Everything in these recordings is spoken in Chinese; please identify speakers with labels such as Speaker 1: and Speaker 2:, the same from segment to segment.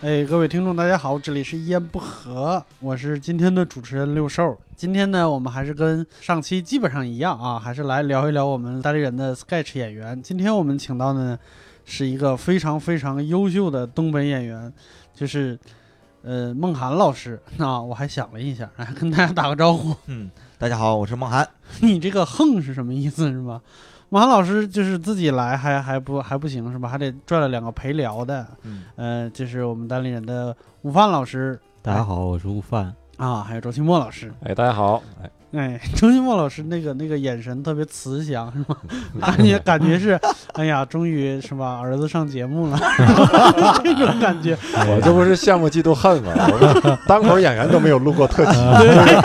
Speaker 1: 哎，各位听众，大家好，这里是一言不合，我是今天的主持人六兽。今天呢，我们还是跟上期基本上一样啊，还是来聊一聊我们大连人的 sketch 演员。今天我们请到的呢，是一个非常非常优秀的东北演员，就是呃孟涵老师。那、我还想了一下， 来跟大家打个招呼。
Speaker 2: 嗯，大家好，我是孟涵。
Speaker 1: 你这个横是什么意思是吧？孟涵老师就是自己来还还不还不行是吧？还得拽了两个陪聊的。
Speaker 2: 嗯，
Speaker 1: 呃，这是我们单立人的午饭老师
Speaker 3: 大家好，我是悟饭。
Speaker 1: 啊，还有周清墨老师。
Speaker 3: 哎，大家好。哎，
Speaker 1: 哎，周清墨老师那个那个眼神特别慈祥，是 吧？感觉感觉是，哎呀，终于是吧，儿子上节目了， 这种感觉。
Speaker 4: 我这不是羡慕嫉妒恨 吗？我们单口演员都没有录过 特辑，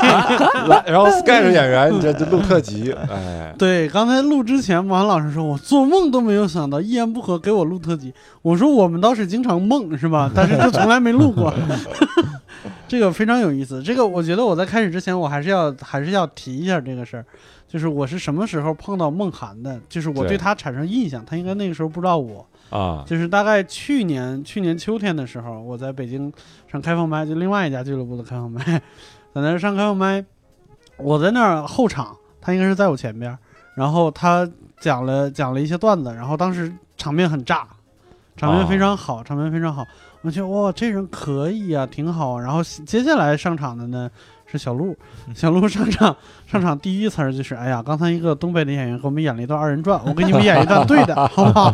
Speaker 4: 来，然后 sketch 演员这这录特辑，哎，
Speaker 1: 对，刚才录之前，王老师说，我做梦都没有想到一言不合给我录特辑。我说我们倒是经常梦，是吧？但是就从来没录过。 这个非常有意思。这个我觉得我在开始之前，我还是要还是要提一下这个事儿，就是我是什么时候碰到梦涵的，就是我对
Speaker 4: 对
Speaker 1: 他产生印象，他应该那个时候不知道我。
Speaker 4: 啊，
Speaker 1: 就是大概去年去年秋天的时候，我在北京上开放麦，就另外一家俱乐部的开放麦， 在那儿上开放麦，我在那儿后场，他应该是在我前边儿，然后他讲了讲了一些段子，然后当时场面很炸，场面非常好，场面非常好，我觉得哇，这人可以啊，挺好啊。然后接下来上场的呢是小鹿，小鹿上场上场第一词儿就是，哎呀，刚才一个东北的演员给我们演了一段二人转，我给你们演一段对的，好不好？
Speaker 2: 啊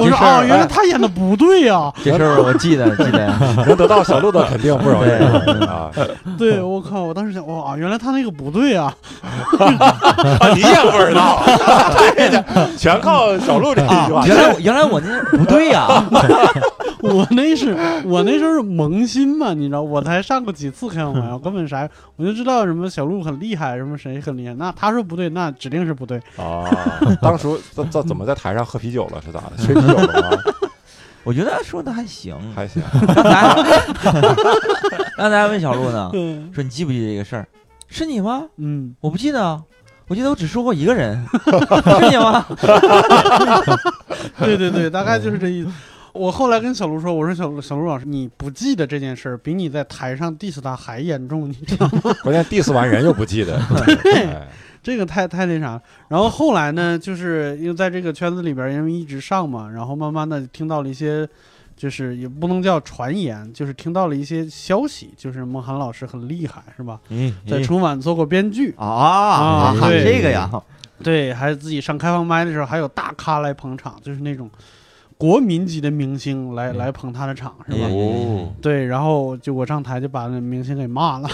Speaker 1: 我说哦，原来他演的不对呀、
Speaker 2: 哎这事儿我记得记得，
Speaker 4: 能得到小鹿的肯定不容易啊。
Speaker 1: 对我靠，我当时想，哇，原来他那个不对啊，
Speaker 4: 啊你也不知 道，对的，全靠小鹿这一句话。
Speaker 2: 啊原来原来我那不对呀、
Speaker 1: 我那是我那时候是萌新嘛，你知道，我才上过几次开放麦，我根本啥，我就知道什么小鹿很厉害，什么谁很厉害，那他说不对，那指定是不对。
Speaker 4: 啊，当时怎怎怎么在台上喝啤酒了是咋的？吹啤酒了吗？
Speaker 2: 我觉得说的还行。
Speaker 4: 还行，
Speaker 2: 刚才刚才还问小鹿呢，
Speaker 1: 嗯
Speaker 2: 说你记不记得这个事儿？是你吗？
Speaker 1: 嗯，
Speaker 2: 我不记得啊，我记得我只说过一个人，是你吗？
Speaker 1: 对对对，大概就是这意思。我后来跟小卢说，我说小卢小卢老师，你不记得这件事儿，比你在台上 diss 他还严重，你知道吗？
Speaker 4: 关键 diss 完人又不记得。 哎
Speaker 1: 这个太太那啥了。然后后来呢，就是因为在这个圈子里边儿，因为一直上嘛，然后慢慢的听到了一些，就是也不能叫传言，就是听到了一些消息，就是孟涵老师很厉害，是吧？
Speaker 2: 嗯
Speaker 1: 在春晚做过编剧，
Speaker 2: 啊啊，
Speaker 1: 对
Speaker 2: 这个呀，
Speaker 1: 对，还自己上开放麦的时候，还有大咖来捧场，就是那种国民级的明星来、
Speaker 3: 嗯
Speaker 1: 来捧他的场，是吧？
Speaker 2: 嗯
Speaker 4: 哦，
Speaker 1: 对，然后就我上台就把那明星给骂 了，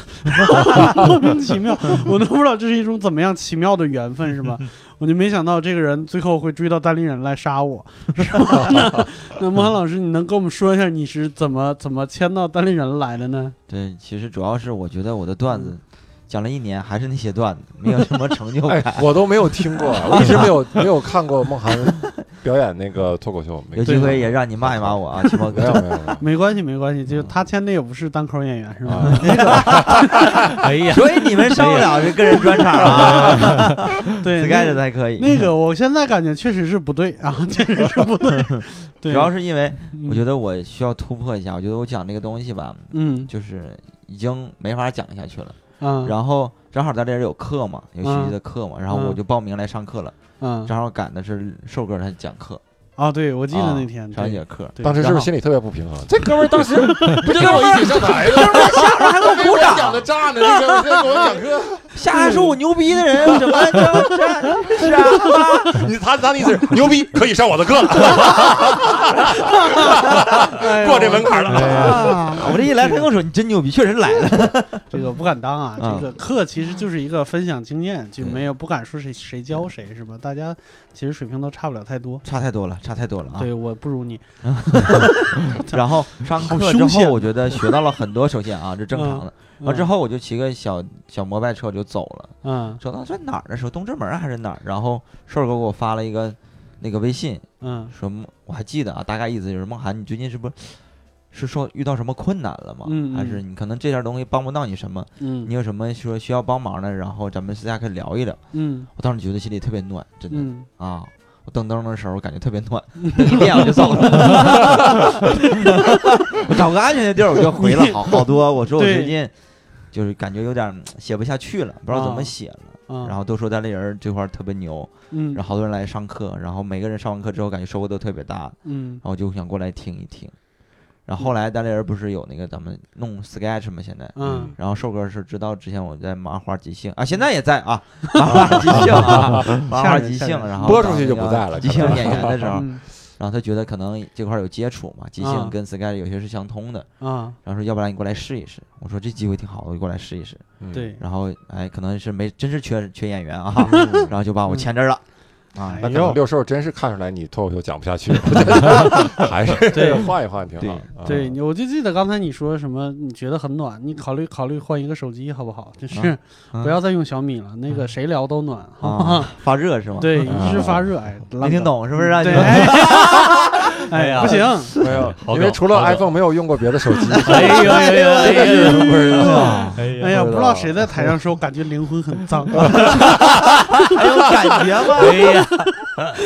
Speaker 1: 莫名其妙，我都不知道这是一种怎么样奇妙的缘分，是吧？我就没想到这个人最后会追到单立人来杀我，是吧？ 那那孟涵老师，你能跟我们说一下你是怎么怎么签到单立人来的呢？
Speaker 2: 对，其实主要是我觉得我的段子讲了一年还是那些段子，没有什么成就感。
Speaker 4: 哎，我都没有听过，我一直没有没有看过孟涵表演那个脱口秀，没
Speaker 2: 有机会也让你骂一骂我啊，秦墨
Speaker 4: 没
Speaker 2: 哥
Speaker 4: 有。没有没有。
Speaker 1: 没关系，没关系，就他签的也不是单口演员，是吧？
Speaker 4: 啊
Speaker 3: 哎呀，
Speaker 2: 所以你们上不了这个人专场 啊
Speaker 3: 哎
Speaker 1: 对，那
Speaker 2: ，sketch 才可以。
Speaker 1: 那个我现在感觉确实是不对啊，确实是不 对。对，嗯
Speaker 2: 主要是因为我觉
Speaker 1: 得，
Speaker 2: 得我需要突破一下，我觉得我讲这个东西吧，
Speaker 1: 嗯
Speaker 2: 就是已经没法讲下去了。
Speaker 1: 嗯
Speaker 2: 然后正好在这儿有课嘛，有学习
Speaker 1: 嗯
Speaker 2: 的课嘛，然后
Speaker 1: 嗯
Speaker 2: 我就报名来上课了。
Speaker 1: 嗯，
Speaker 2: 正好赶的是瘦哥他讲课，
Speaker 1: 啊，对，我
Speaker 2: 我
Speaker 1: 记得那天，
Speaker 2: 上
Speaker 1: 对
Speaker 2: 一节课，
Speaker 1: 对
Speaker 4: 当时是不是心里特别不平衡？这哥们儿当时不就
Speaker 2: 跟我
Speaker 4: 一起上台的，
Speaker 2: 还给我鼓掌，
Speaker 4: 的炸呢，这哥们儿给我讲课，
Speaker 2: 下还说我牛逼的人，怎么这这是 啊？
Speaker 4: 你他他的意思是牛逼，可以上我的课了，
Speaker 1: 哎呦
Speaker 4: 槛了。
Speaker 2: 啊我这一来，他跟我说你真牛逼，确实来了。
Speaker 1: 这个不敢当啊，
Speaker 2: 嗯
Speaker 1: 这个课其实就是一个分享经验，就
Speaker 2: 对
Speaker 1: 没有不敢说谁谁教谁是吧？大家其实水平都差不了太多。
Speaker 2: 差太多了，差太多了啊！
Speaker 1: 对我不如你，
Speaker 2: 然后上
Speaker 1: 好
Speaker 2: 课之
Speaker 1: 凶险
Speaker 2: 后，我觉得学到了很多。首先啊，这正常的。完之
Speaker 1: 后，
Speaker 2: 后，我就骑个小小摩拜车我就走了。
Speaker 1: 嗯
Speaker 2: 走到这哪儿的时候，东直门还是哪儿？然后瘦哥给我发了一个那个微信，
Speaker 1: 嗯
Speaker 2: 说孟我还记得啊，大概意思就是梦涵，你最近是不是是说遇到什么困难了吗？
Speaker 1: 嗯嗯
Speaker 2: 还是你可能这件东西帮不到你什么？
Speaker 1: 嗯
Speaker 2: 你有什么说需要帮忙的？然后咱们私下可以聊一聊。
Speaker 1: 嗯
Speaker 2: 我当时觉得心里特别暖，真的、
Speaker 1: 嗯
Speaker 2: 啊，我噔噔的时候，我感觉特别暖， 一遍我就走了， 我找个安全的地儿我就回了，好好多。我说我
Speaker 1: 对
Speaker 2: 最近就是感觉有点嗯写不下去了，不知道怎么写了。
Speaker 1: 啊，
Speaker 2: 然后都说单立人这块儿特别牛，
Speaker 1: 嗯，
Speaker 2: 然后好多人来上课，然后每个人上完课之后感觉收获都特别大，
Speaker 1: 嗯
Speaker 2: 然后我就想过来听一听。然后后来单立人不是有那个咱们弄 Sketch 吗？现在，
Speaker 1: 嗯
Speaker 2: 然后瘦哥是知道之前我在麻花即兴啊，现在也在 啊，麻花即兴 啊，麻花即兴，然后
Speaker 4: 播出去就不在了
Speaker 2: 当那个即兴演员的时候，
Speaker 1: 嗯
Speaker 2: 然后他觉得可能这块儿有接触嘛，即
Speaker 1: 啊
Speaker 2: 兴跟 Sketch 有些是相通的，
Speaker 1: 啊，
Speaker 2: 然后说要不然你过来试一试。我说这机会挺好的，我就过来试一试。
Speaker 4: 嗯，
Speaker 1: 对，
Speaker 2: 然后哎，可能是没真是缺缺演员啊，
Speaker 4: 嗯
Speaker 2: 然后就把我签这儿了啊
Speaker 1: 哎。
Speaker 4: 那可能六兽真是看出来你脱口秀讲不下去了，还是
Speaker 1: 对
Speaker 4: 换一换挺好。啊
Speaker 2: 嗯
Speaker 1: 对，你我就记得刚才你说什么，你觉得很暖，你考虑考虑换一个手机好不好？就是
Speaker 2: 嗯
Speaker 1: 不要再用小米了，那个谁聊都暖，好不
Speaker 2: 啊
Speaker 1: 好？，
Speaker 2: 发热是吗？，
Speaker 1: 对， 一直发热，哎，
Speaker 2: 没听懂是不是啊？
Speaker 1: 对，
Speaker 2: 你们
Speaker 1: 哎哎呀，不行，
Speaker 4: 没有，
Speaker 3: 好
Speaker 4: 因为
Speaker 3: 梗
Speaker 4: 除了
Speaker 3: 好梗
Speaker 4: iPhone 没有用过别的手机，
Speaker 3: 哎呦哎呦哎
Speaker 4: 真的是不知道。
Speaker 3: 哎
Speaker 1: 哎
Speaker 3: 呀，
Speaker 1: 呀，
Speaker 4: 不
Speaker 1: 不
Speaker 4: 知道
Speaker 1: 知道谁在台上说，感觉灵魂很脏。
Speaker 2: 哎还有感觉吗？
Speaker 3: 哎呀，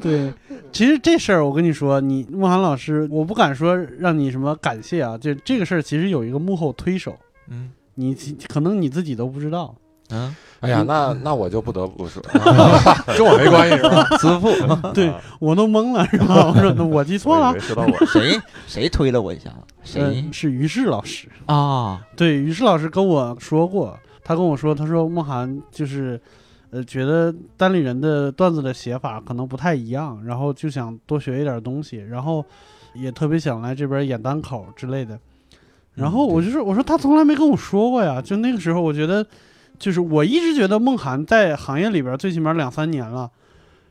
Speaker 1: 对，其实这事儿我跟你说，你慕寒老师，我不敢说让你什么感谢啊，这这个事儿其实有一个幕后推手，
Speaker 2: 嗯
Speaker 1: 你其可能你自己都不知道。
Speaker 2: 嗯，
Speaker 4: 哎呀，那那我就不得不 说，跟我没关系是 吧？
Speaker 2: 慈父
Speaker 1: 对
Speaker 4: 啊
Speaker 1: 我都懵了，是吧？我说那我记错
Speaker 4: 我以
Speaker 1: 了
Speaker 4: 为，知道 我
Speaker 2: 谁谁推了我一下？谁
Speaker 1: 嗯，是于适老师。
Speaker 2: 啊？
Speaker 1: 对，于适老师跟我说过，他跟我说，他说慕寒就是，呃，觉得单立人的段子的写法可能不太一样，然后就想多学一点东西，然后也特别想来这边演单口之类的。
Speaker 2: 嗯
Speaker 1: 然后我就说，我说他从来没跟我说过呀，就那个时候我觉得。就是我一直觉得梦涵在行业里边最起码两三年了，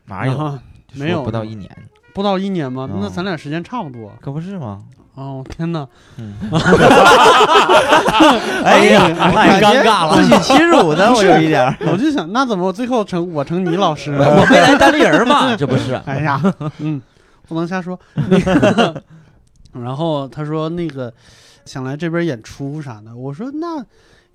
Speaker 2: 哪啊有
Speaker 1: 然？后
Speaker 2: 就说
Speaker 1: 没有
Speaker 2: 不到一年，
Speaker 1: 不到一年吗？
Speaker 2: 嗯
Speaker 1: 那咱俩时间差不多。
Speaker 2: 可不是吗？
Speaker 1: 哦，天哪！
Speaker 2: 嗯，
Speaker 1: 哎
Speaker 2: 哎
Speaker 1: 呀
Speaker 2: 呀，
Speaker 1: 太
Speaker 2: 太
Speaker 1: 尴
Speaker 2: 尴尬了，自取其辱呢，我有一点儿。
Speaker 1: 我就想，那怎么我最后成我成你老师了？
Speaker 2: 我没来单立 人嘛， 这不是？
Speaker 1: 哎呀，嗯，不能瞎 说。 那然后他说那个想来这边演出啥的，我说那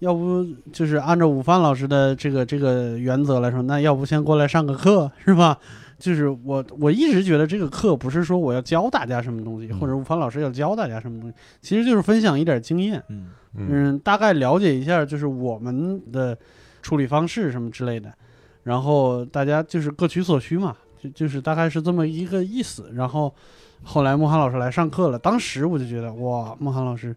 Speaker 1: 要不就是按照午饭老师的这个这个原则来说，那要不先过来上个课是吧？就是我我一直觉得这个课不是说我要教大家什么东西，
Speaker 2: 嗯
Speaker 1: 或者午饭老师要教大家什么东西，其实就是分享一点经验。
Speaker 2: 嗯
Speaker 4: 嗯
Speaker 1: 嗯，大概了解一下就是我们的处理方式什么之类的，然后大家就是各取所需嘛，就就是大概是这么一个意思。然后后来莫涵老师来上课了，当时我就觉得哇，莫涵老师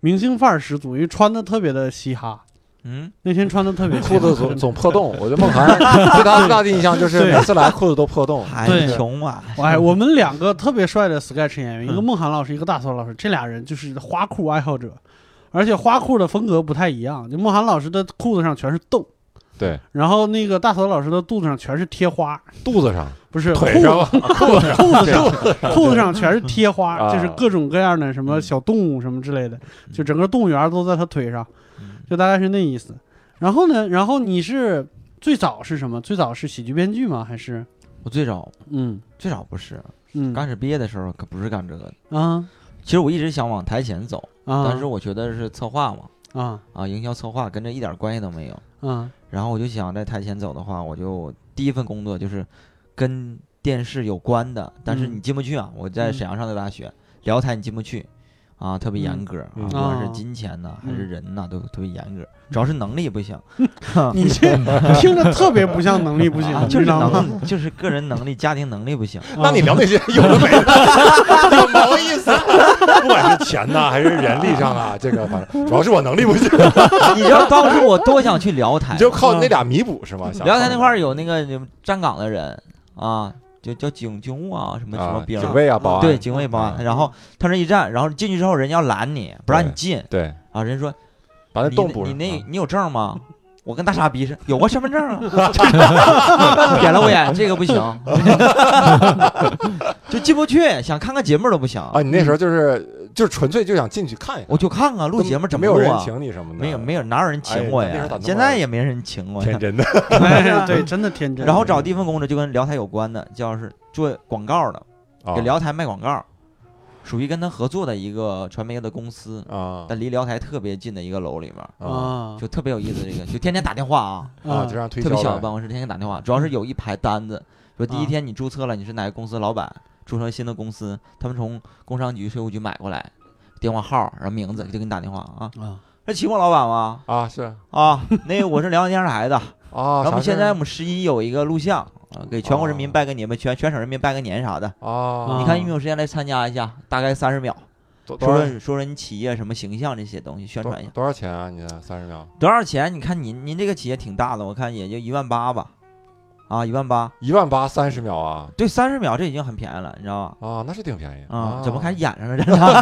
Speaker 1: 明星范儿十足，因为穿的特别的嘻哈，
Speaker 2: 嗯，
Speaker 1: 那天穿的特别嘻哈
Speaker 4: 裤子总总破洞，我觉得孟涵对他最大的印象就是
Speaker 1: 对
Speaker 4: 每次来裤子都破洞。
Speaker 2: 还
Speaker 1: 对
Speaker 2: 穷啊嘛？
Speaker 1: 哎，我们两个特别帅的 sketch 演员，一个孟涵老师，一个大曹老师，这俩人就是花裤爱好者，而且花裤的风格不太一样。就孟涵老师的裤子上全是洞，
Speaker 4: 对，
Speaker 1: 然后那个大曹老师的肚子上全是贴花，
Speaker 4: 肚子上、
Speaker 1: 不是
Speaker 4: 腿上、 裤子上、
Speaker 1: 裤子
Speaker 4: 上
Speaker 1: 上、裤子上全是贴花，
Speaker 4: 啊嗯
Speaker 1: 就是各种各样的什么小动物什么之类的，就整个动物园都在他腿上，就大概是那意思。然后呢，然后你是最早是什么？最早是喜剧编剧吗？还是
Speaker 2: 我最早
Speaker 1: 嗯
Speaker 2: 最早不是，
Speaker 1: 嗯
Speaker 2: 刚开始毕业的时候可不是干这个的。
Speaker 1: 啊
Speaker 2: 其实我一直想往台前走，
Speaker 1: 啊！
Speaker 2: 但是我觉得是策划嘛，
Speaker 1: 啊
Speaker 2: 啊，营销策划跟这一点关系都没有。
Speaker 1: 啊
Speaker 2: 然后我就想在台前走的话，我就第一份工作就是跟电视有关的，但是
Speaker 1: 嗯
Speaker 2: 你进不去啊。我在沈阳上的大学，聊台你进不去啊，特别严格啊，
Speaker 4: 嗯
Speaker 2: 不管
Speaker 1: 啊
Speaker 2: 是金钱呐、还是
Speaker 1: 嗯
Speaker 2: 人呐、都特别严格，主要是能力不行，
Speaker 1: 你 这听着特别不像能力不行，
Speaker 2: 啊
Speaker 1: 你
Speaker 2: 就是
Speaker 1: 知道吗？
Speaker 2: 能就是个 人能力、家庭能力不行。啊
Speaker 4: 那你聊那些有的没的， 有毛意思？啊不管是钱呐、还是人力上啊，这个反正主要是我能力不行，
Speaker 2: 你知道当时我多想去聊台
Speaker 4: 你，就靠那俩弥补是吗？
Speaker 2: 嗯聊台那块儿有那个站岗的人啊，就叫警警务啊，什么什么
Speaker 4: 啊，
Speaker 2: 兵。
Speaker 4: 警卫啊，保安
Speaker 2: 对，警卫保安，
Speaker 4: 啊
Speaker 2: 然后他这一站，然后进去之后，人要拦你，不让你
Speaker 4: 对
Speaker 2: 进
Speaker 4: 对，
Speaker 2: 啊。人说
Speaker 4: 把那
Speaker 2: 你
Speaker 4: 洞补
Speaker 2: 你
Speaker 4: 上。
Speaker 2: 那
Speaker 4: 啊，
Speaker 2: 你有证吗？我跟大傻逼似的，有啊，身份证啊， 瞥了我一 眼，这个不行，就进不去，想看看节目都不行
Speaker 4: 啊，你那时候就是就是纯粹就想进去看一看，
Speaker 2: 我就看看录节目
Speaker 4: 都
Speaker 2: 怎么
Speaker 4: 没有
Speaker 2: 录
Speaker 4: 人
Speaker 2: 啊，
Speaker 4: 请你什么的，
Speaker 2: 没有没有，哪有人请我
Speaker 4: 哎那时候
Speaker 2: 呀
Speaker 4: 咋那？么
Speaker 2: 现在也没人请我呀
Speaker 4: 天。真的，
Speaker 1: 哎 呀，对，真的天真。
Speaker 2: 然后找地方工作就跟聊台有关的，叫是做广告的，
Speaker 4: 啊
Speaker 2: 给聊台卖广告，属于跟他合作的一个传媒的公司，
Speaker 4: 啊
Speaker 2: 但离聊台特别近的一个楼里面，
Speaker 1: 啊
Speaker 4: 啊
Speaker 2: 就特别有意思。这个就天天打电话啊，
Speaker 4: 啊，就让推
Speaker 2: 特
Speaker 4: 销
Speaker 2: 别小的
Speaker 4: 呗
Speaker 2: 办公室，天天打电话，主要是有一排单子，说第
Speaker 1: 啊
Speaker 2: 一天你注册了，你是哪个公司老板，注册新的公司，他们从工商局、税务局买过来，电话号，然后名字就给你打电话啊。
Speaker 1: 啊，
Speaker 2: 那秦光老板吗？
Speaker 4: 啊，是啊
Speaker 2: 啊， 那个我是辽宁电视台的，
Speaker 4: 啊，
Speaker 2: 然后我
Speaker 4: 啥
Speaker 2: 们现
Speaker 4: 事
Speaker 2: 在
Speaker 4: 儿
Speaker 2: 我们十一有一个录像，啊，给全国人民
Speaker 4: 哦
Speaker 2: 拜个年吧，全全省人民拜个年啥的。
Speaker 4: 啊，
Speaker 2: 你看有没有时间来参加一下？大概三十秒，
Speaker 4: 多多
Speaker 2: 说
Speaker 4: 少
Speaker 2: 说你说说你企业什么形象这些东西宣
Speaker 4: 多
Speaker 2: 传一下。
Speaker 4: 多少钱啊？你三十秒
Speaker 2: 多少钱？你看您您这个企业挺大的，我看也就一万八吧，啊，一万八，
Speaker 4: 一万八三十秒啊
Speaker 2: 对，三十秒这已经很便宜了，你知道吧？
Speaker 4: 啊，那是挺便宜
Speaker 2: 啊、怎么
Speaker 4: 哦
Speaker 2: 开始演上了？正常，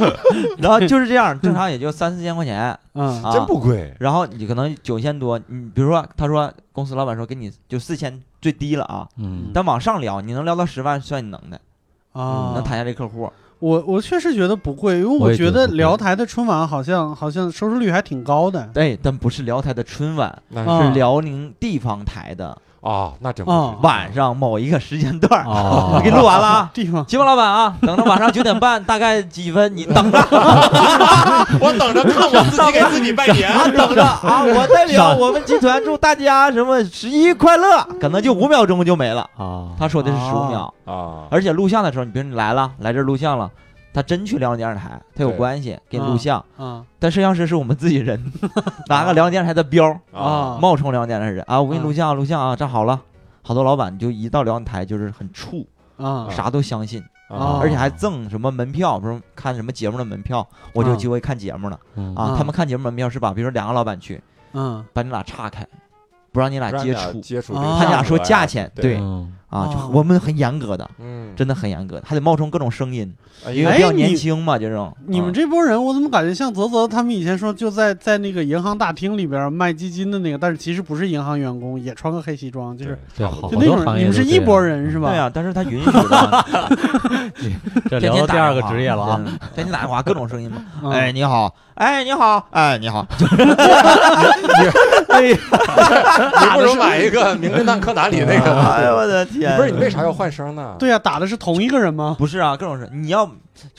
Speaker 2: 然后就是这样，正常也就三四千块 钱啊，
Speaker 1: 嗯
Speaker 4: 真不贵
Speaker 2: 然后你可能九千多，你比如说他说公司老板说给你就四千最低了啊，
Speaker 3: 嗯，
Speaker 2: 但往上聊，你能聊到十万算你能的，
Speaker 4: 哦
Speaker 1: 啊，
Speaker 2: 能谈下这客户。
Speaker 1: 我我确实觉得不贵，因为我
Speaker 3: 也
Speaker 1: 觉
Speaker 3: 觉
Speaker 1: 得
Speaker 3: 得不贵
Speaker 1: 辽台的春晚好像好像收视率还挺高的。
Speaker 2: 对，哎但不是辽台的春晚，
Speaker 4: 那
Speaker 1: 啊
Speaker 4: 是
Speaker 2: 是辽宁地方台的
Speaker 4: 啊，那真不
Speaker 1: 啊
Speaker 4: 贵
Speaker 2: 晚上某一个时间段儿，
Speaker 3: 哦
Speaker 2: 嗯 我给你录完了啊。
Speaker 1: 地方
Speaker 2: 吉本老板啊，等着晚上九点半，大概几分你等着，
Speaker 5: 我等 着看我自己给自己拜年。
Speaker 2: 啊等着 啊！我代表我们集团祝大家什么十一快乐，可能就五秒钟就没了。
Speaker 3: 啊，
Speaker 2: 他说的是十五
Speaker 1: 哦
Speaker 2: 秒，
Speaker 4: 啊，
Speaker 2: 而且录像的时候，你比如你来了，来这儿录像了，他真去辽宁电视台，他有
Speaker 4: 对
Speaker 2: 关系给你
Speaker 1: 嗯
Speaker 2: 录像，
Speaker 1: 啊
Speaker 2: 但摄像师是我们自己人，拿个辽宁电视台的标儿，
Speaker 1: 啊
Speaker 2: 冒充辽宁电视台啊，我给
Speaker 1: 嗯
Speaker 2: 你录像啊录像啊，站好了。好多老板就一到辽宁台就是很怵，
Speaker 1: 啊
Speaker 2: 啥都相信，
Speaker 1: 啊
Speaker 4: 哦
Speaker 2: 而且还赠什么门票，比如看什么节目的门票，我就有机会看节目了。
Speaker 3: 嗯
Speaker 2: 啊，他
Speaker 1: 嗯
Speaker 2: 们看节目门票是把，比如说两个老板去，
Speaker 3: 啊
Speaker 1: 嗯
Speaker 2: 把你俩岔开，不让你俩
Speaker 4: 不让
Speaker 2: 接
Speaker 4: 俩
Speaker 2: 触，
Speaker 4: 接触，
Speaker 1: 啊
Speaker 2: 他俩说价，钱，
Speaker 4: 对
Speaker 2: 对
Speaker 3: 嗯
Speaker 2: 啊，
Speaker 1: 哦
Speaker 2: 就我们很严格的，
Speaker 4: 嗯，
Speaker 2: 真的很严格的，还得冒充各种声音，
Speaker 4: 哎
Speaker 2: 因
Speaker 4: 呀
Speaker 2: 为比较
Speaker 1: 哎
Speaker 2: 年
Speaker 1: 你
Speaker 2: 轻嘛，这种。嗯
Speaker 1: 你们
Speaker 2: 这
Speaker 1: 这波人，我怎么感觉像泽泽他们以前说就在在那个银行大厅里边卖基金的那个，但是其实不是银行员工，也穿个黑西装，就是
Speaker 4: 对
Speaker 3: 这
Speaker 4: 差不
Speaker 3: 好
Speaker 1: 就
Speaker 4: 多
Speaker 1: 那
Speaker 3: 好
Speaker 1: 种
Speaker 3: 多行
Speaker 1: 你
Speaker 3: 业
Speaker 1: 们
Speaker 3: 都
Speaker 1: 是
Speaker 3: 这
Speaker 1: 一波
Speaker 3: 样
Speaker 1: 人是吧？
Speaker 2: 对啊呀，但是 他允许的，天
Speaker 3: 这
Speaker 2: 天
Speaker 3: 聊到
Speaker 2: 打
Speaker 3: 第二个
Speaker 2: 电话
Speaker 3: 职业了啊，
Speaker 2: 真的，天天打电话各种声音嘛，
Speaker 1: 嗯
Speaker 2: 哎你好，哎你好，哎你好，
Speaker 4: 你不如买一个《名侦探柯南》里 那
Speaker 2: 哎呦
Speaker 4: 个，
Speaker 2: 我的
Speaker 4: 你
Speaker 2: 天，
Speaker 4: 不是你为啥要换声呢？
Speaker 1: 对呀、啊打的是同一个人吗？
Speaker 2: 不是啊，各种声，你要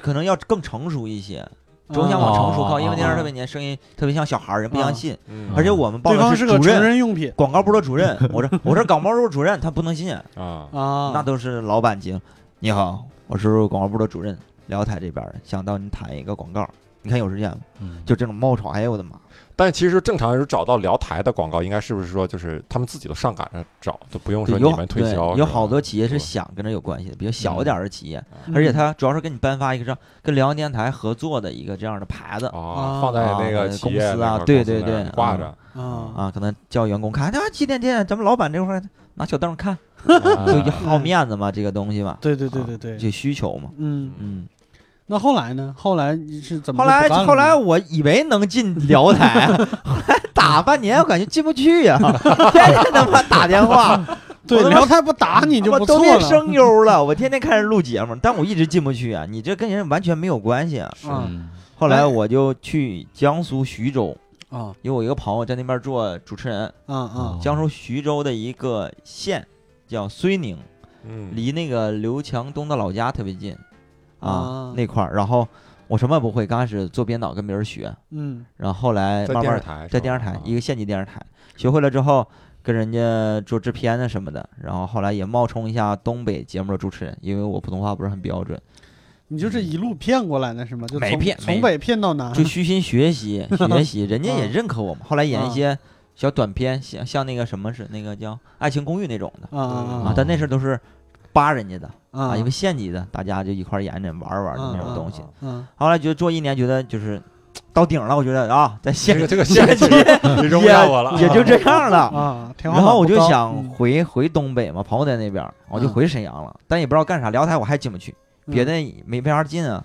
Speaker 2: 可能要更成熟一些，主要想
Speaker 3: 哦
Speaker 2: 往成熟靠，因为那样特别年声音特别像小孩儿，人不相信，
Speaker 4: 哦嗯，
Speaker 2: 而且我们报
Speaker 1: 对
Speaker 2: 的
Speaker 1: 方
Speaker 2: 是
Speaker 1: 个
Speaker 2: 主
Speaker 1: 成
Speaker 2: 任。
Speaker 1: 人用品
Speaker 2: 广告部的主 任，我这我这广告部主任，他不能信，
Speaker 4: 啊
Speaker 1: 啊，
Speaker 2: 那都是老板级。你好，我是广告部的主任，辽台这边儿想到您谈一个广告，你看有时间吗？
Speaker 3: 嗯
Speaker 2: 就这种冒充，哎呦我的妈！
Speaker 4: 但其实正常人找到聊台的广告，应该是不是说就是他们自己都上赶着找，都不用说
Speaker 2: 对
Speaker 4: 你
Speaker 2: 有
Speaker 4: 们推
Speaker 2: 对
Speaker 4: 销，
Speaker 2: 有好多企业是
Speaker 4: 对
Speaker 2: 想跟这有关系的，比较小一点儿的企业，
Speaker 1: 嗯
Speaker 2: 而且他主要是跟你颁发一个这样跟辽宁电台合作的一个这样的牌子
Speaker 4: 啊
Speaker 1: 啊
Speaker 4: 放在那
Speaker 2: 啊
Speaker 4: 个
Speaker 2: 对
Speaker 4: 企业
Speaker 2: 公司啊
Speaker 4: 那个
Speaker 2: 对
Speaker 4: 公司
Speaker 2: 对
Speaker 4: 那儿
Speaker 2: 对
Speaker 4: 挂着，
Speaker 1: 啊
Speaker 2: 啊，可能叫员工看，啊，几点几点，咱们老板这块儿拿小凳儿看，
Speaker 4: 啊
Speaker 3: 嗯
Speaker 2: 就好面子嘛，这个东西嘛，
Speaker 1: 对对对对对，
Speaker 2: 就需求嘛，
Speaker 1: 嗯，
Speaker 2: 嗯。
Speaker 1: 那后来呢？后来你是怎么
Speaker 2: 后
Speaker 1: 就不
Speaker 2: 来
Speaker 1: 干了呢？
Speaker 2: 后来我以为能进辽台， 后来打半年我感觉进不 去呀、天天他妈打电话，我
Speaker 1: 对
Speaker 2: 他妈
Speaker 1: 聊太不打你就
Speaker 2: 我
Speaker 1: 不
Speaker 2: 都
Speaker 1: 错
Speaker 2: 变
Speaker 1: 了。
Speaker 2: 声优了，我天天看人录节目，但我一直进不去啊！你这跟人完全没有关系啊！
Speaker 1: 啊
Speaker 3: 嗯
Speaker 2: 后来我就去江苏徐州，
Speaker 1: 啊
Speaker 2: 因为我一个朋友在那边做主持人，
Speaker 1: 啊
Speaker 3: 嗯
Speaker 1: 啊！
Speaker 2: 江苏徐州的一个县叫睢宁，
Speaker 4: 嗯，
Speaker 2: 离那个刘强东的老家特别近啊
Speaker 1: 啊
Speaker 2: 那块儿。然后我什么也不会，刚开始做编导跟别人学，
Speaker 1: 嗯
Speaker 2: 然后后来
Speaker 4: 在
Speaker 2: 慢
Speaker 4: 电
Speaker 2: 慢
Speaker 4: 视台是吧，
Speaker 2: 在电视台
Speaker 4: 啊，
Speaker 2: 一个县级电视台，学会了之后跟人家做制片啊什么的，然后后来也冒充一下东北节目的主持人，因为我普通话不是很标 准，
Speaker 1: 你就这一路骗过来的是吗？就
Speaker 2: 没
Speaker 1: 从
Speaker 2: 骗没
Speaker 1: 从北骗到南。
Speaker 2: 就虚心学习学习，人家也
Speaker 1: 啊
Speaker 4: 嗯
Speaker 2: 认可我们。后来演一
Speaker 1: 啊
Speaker 2: 些小短片，像像那个什么是那个叫《爱情公寓》那种的
Speaker 1: 啊
Speaker 2: 啊
Speaker 4: 嗯
Speaker 1: 啊，
Speaker 2: 但那时候都是扒人家的
Speaker 1: 啊
Speaker 2: 啊，因为县级的，大家就一块儿演演玩儿玩儿的那种
Speaker 1: 啊
Speaker 2: 东西。
Speaker 1: 嗯
Speaker 2: 后来觉得做一年，觉得就是到顶了，我觉得啊，在
Speaker 4: 这
Speaker 2: 县
Speaker 4: 个这个
Speaker 2: 县
Speaker 4: 县
Speaker 2: 级
Speaker 4: 级
Speaker 3: 嗯
Speaker 4: 你容不了我了，
Speaker 2: 也就这样了
Speaker 1: 啊，天花
Speaker 2: 然
Speaker 1: 板
Speaker 2: 后我
Speaker 1: 不
Speaker 2: 就
Speaker 1: 高
Speaker 2: 想
Speaker 1: 嗯
Speaker 2: 回回东北嘛，朋友在那边儿，我就
Speaker 1: 嗯
Speaker 2: 回沈阳了，但也不知道干啥。辽台我还进不去，别的也没没法进啊，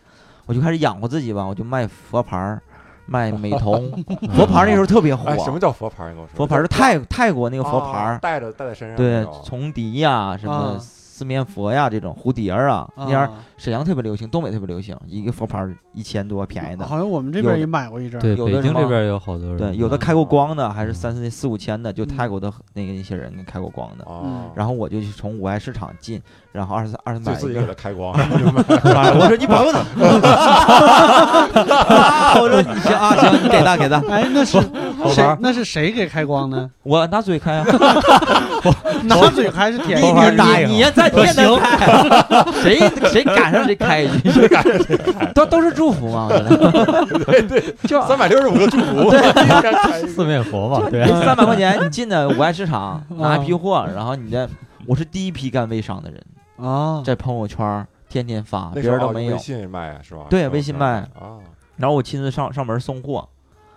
Speaker 2: 我就开始养活自己吧，我就卖佛牌儿，卖美 瞳。佛牌儿那时候特别火
Speaker 4: 哎，，什么叫佛牌儿？你跟我说，
Speaker 2: 佛牌儿是泰泰国那个佛牌
Speaker 4: 啊
Speaker 2: 儿，
Speaker 4: 带着带在身上那
Speaker 2: 对
Speaker 4: 种，，
Speaker 2: 重笛呀，什么
Speaker 1: 啊
Speaker 2: 四面佛呀，这种蝴蝶儿啊，那边儿
Speaker 1: 啊
Speaker 2: 沈阳特别流行，东北特别流行，一个佛牌一千多，便宜的。
Speaker 1: 好像我们这
Speaker 2: 有
Speaker 1: 边也买过一阵儿。
Speaker 3: 对，
Speaker 2: 嗯有的
Speaker 3: 北京
Speaker 2: 什么
Speaker 3: 这边有好多人，
Speaker 2: 对，有的开过光的，还是
Speaker 3: 嗯
Speaker 2: 三四四五千的，就
Speaker 1: 嗯
Speaker 2: 泰国的那个一些人开过光的。
Speaker 4: 哦，
Speaker 2: 然后我就去从五爱市场进，然后二三二三
Speaker 4: 就
Speaker 2: 百
Speaker 4: 自己
Speaker 2: 一
Speaker 4: 给
Speaker 2: 个，
Speaker 4: 它 开光，
Speaker 2: 我说你朋友呢？我说你行啊行你给他给他，
Speaker 1: 哎，那是
Speaker 2: 好玩
Speaker 1: 谁
Speaker 2: 儿？
Speaker 1: 那是谁给开光 呢？
Speaker 2: 我拿嘴开啊，
Speaker 1: 拿嘴开是舔
Speaker 2: 你
Speaker 1: 狗
Speaker 3: 玩儿答
Speaker 2: 你
Speaker 3: 应
Speaker 2: 你你再天天开， 谁谁赶上谁开一句， 谁赶上谁都都是祝福嘛，我觉 得
Speaker 4: 就
Speaker 2: 啊
Speaker 4: 三百六十五个祝福，
Speaker 3: 四面佛嘛，对，啊
Speaker 2: 三百块 钱你进的五爱市 场拿
Speaker 1: 嗯
Speaker 2: 一批货，然后你的我是第一批干微商的人，
Speaker 1: 啊，
Speaker 2: 在朋友圈儿天天发，
Speaker 4: 那
Speaker 2: 别
Speaker 4: 时
Speaker 2: 人
Speaker 4: 候
Speaker 2: 都
Speaker 4: 哦
Speaker 2: 没
Speaker 4: 用
Speaker 2: 有
Speaker 4: 微，信卖是吧？
Speaker 2: 对微信卖
Speaker 4: 啊，
Speaker 2: 然后我亲自上上门送货，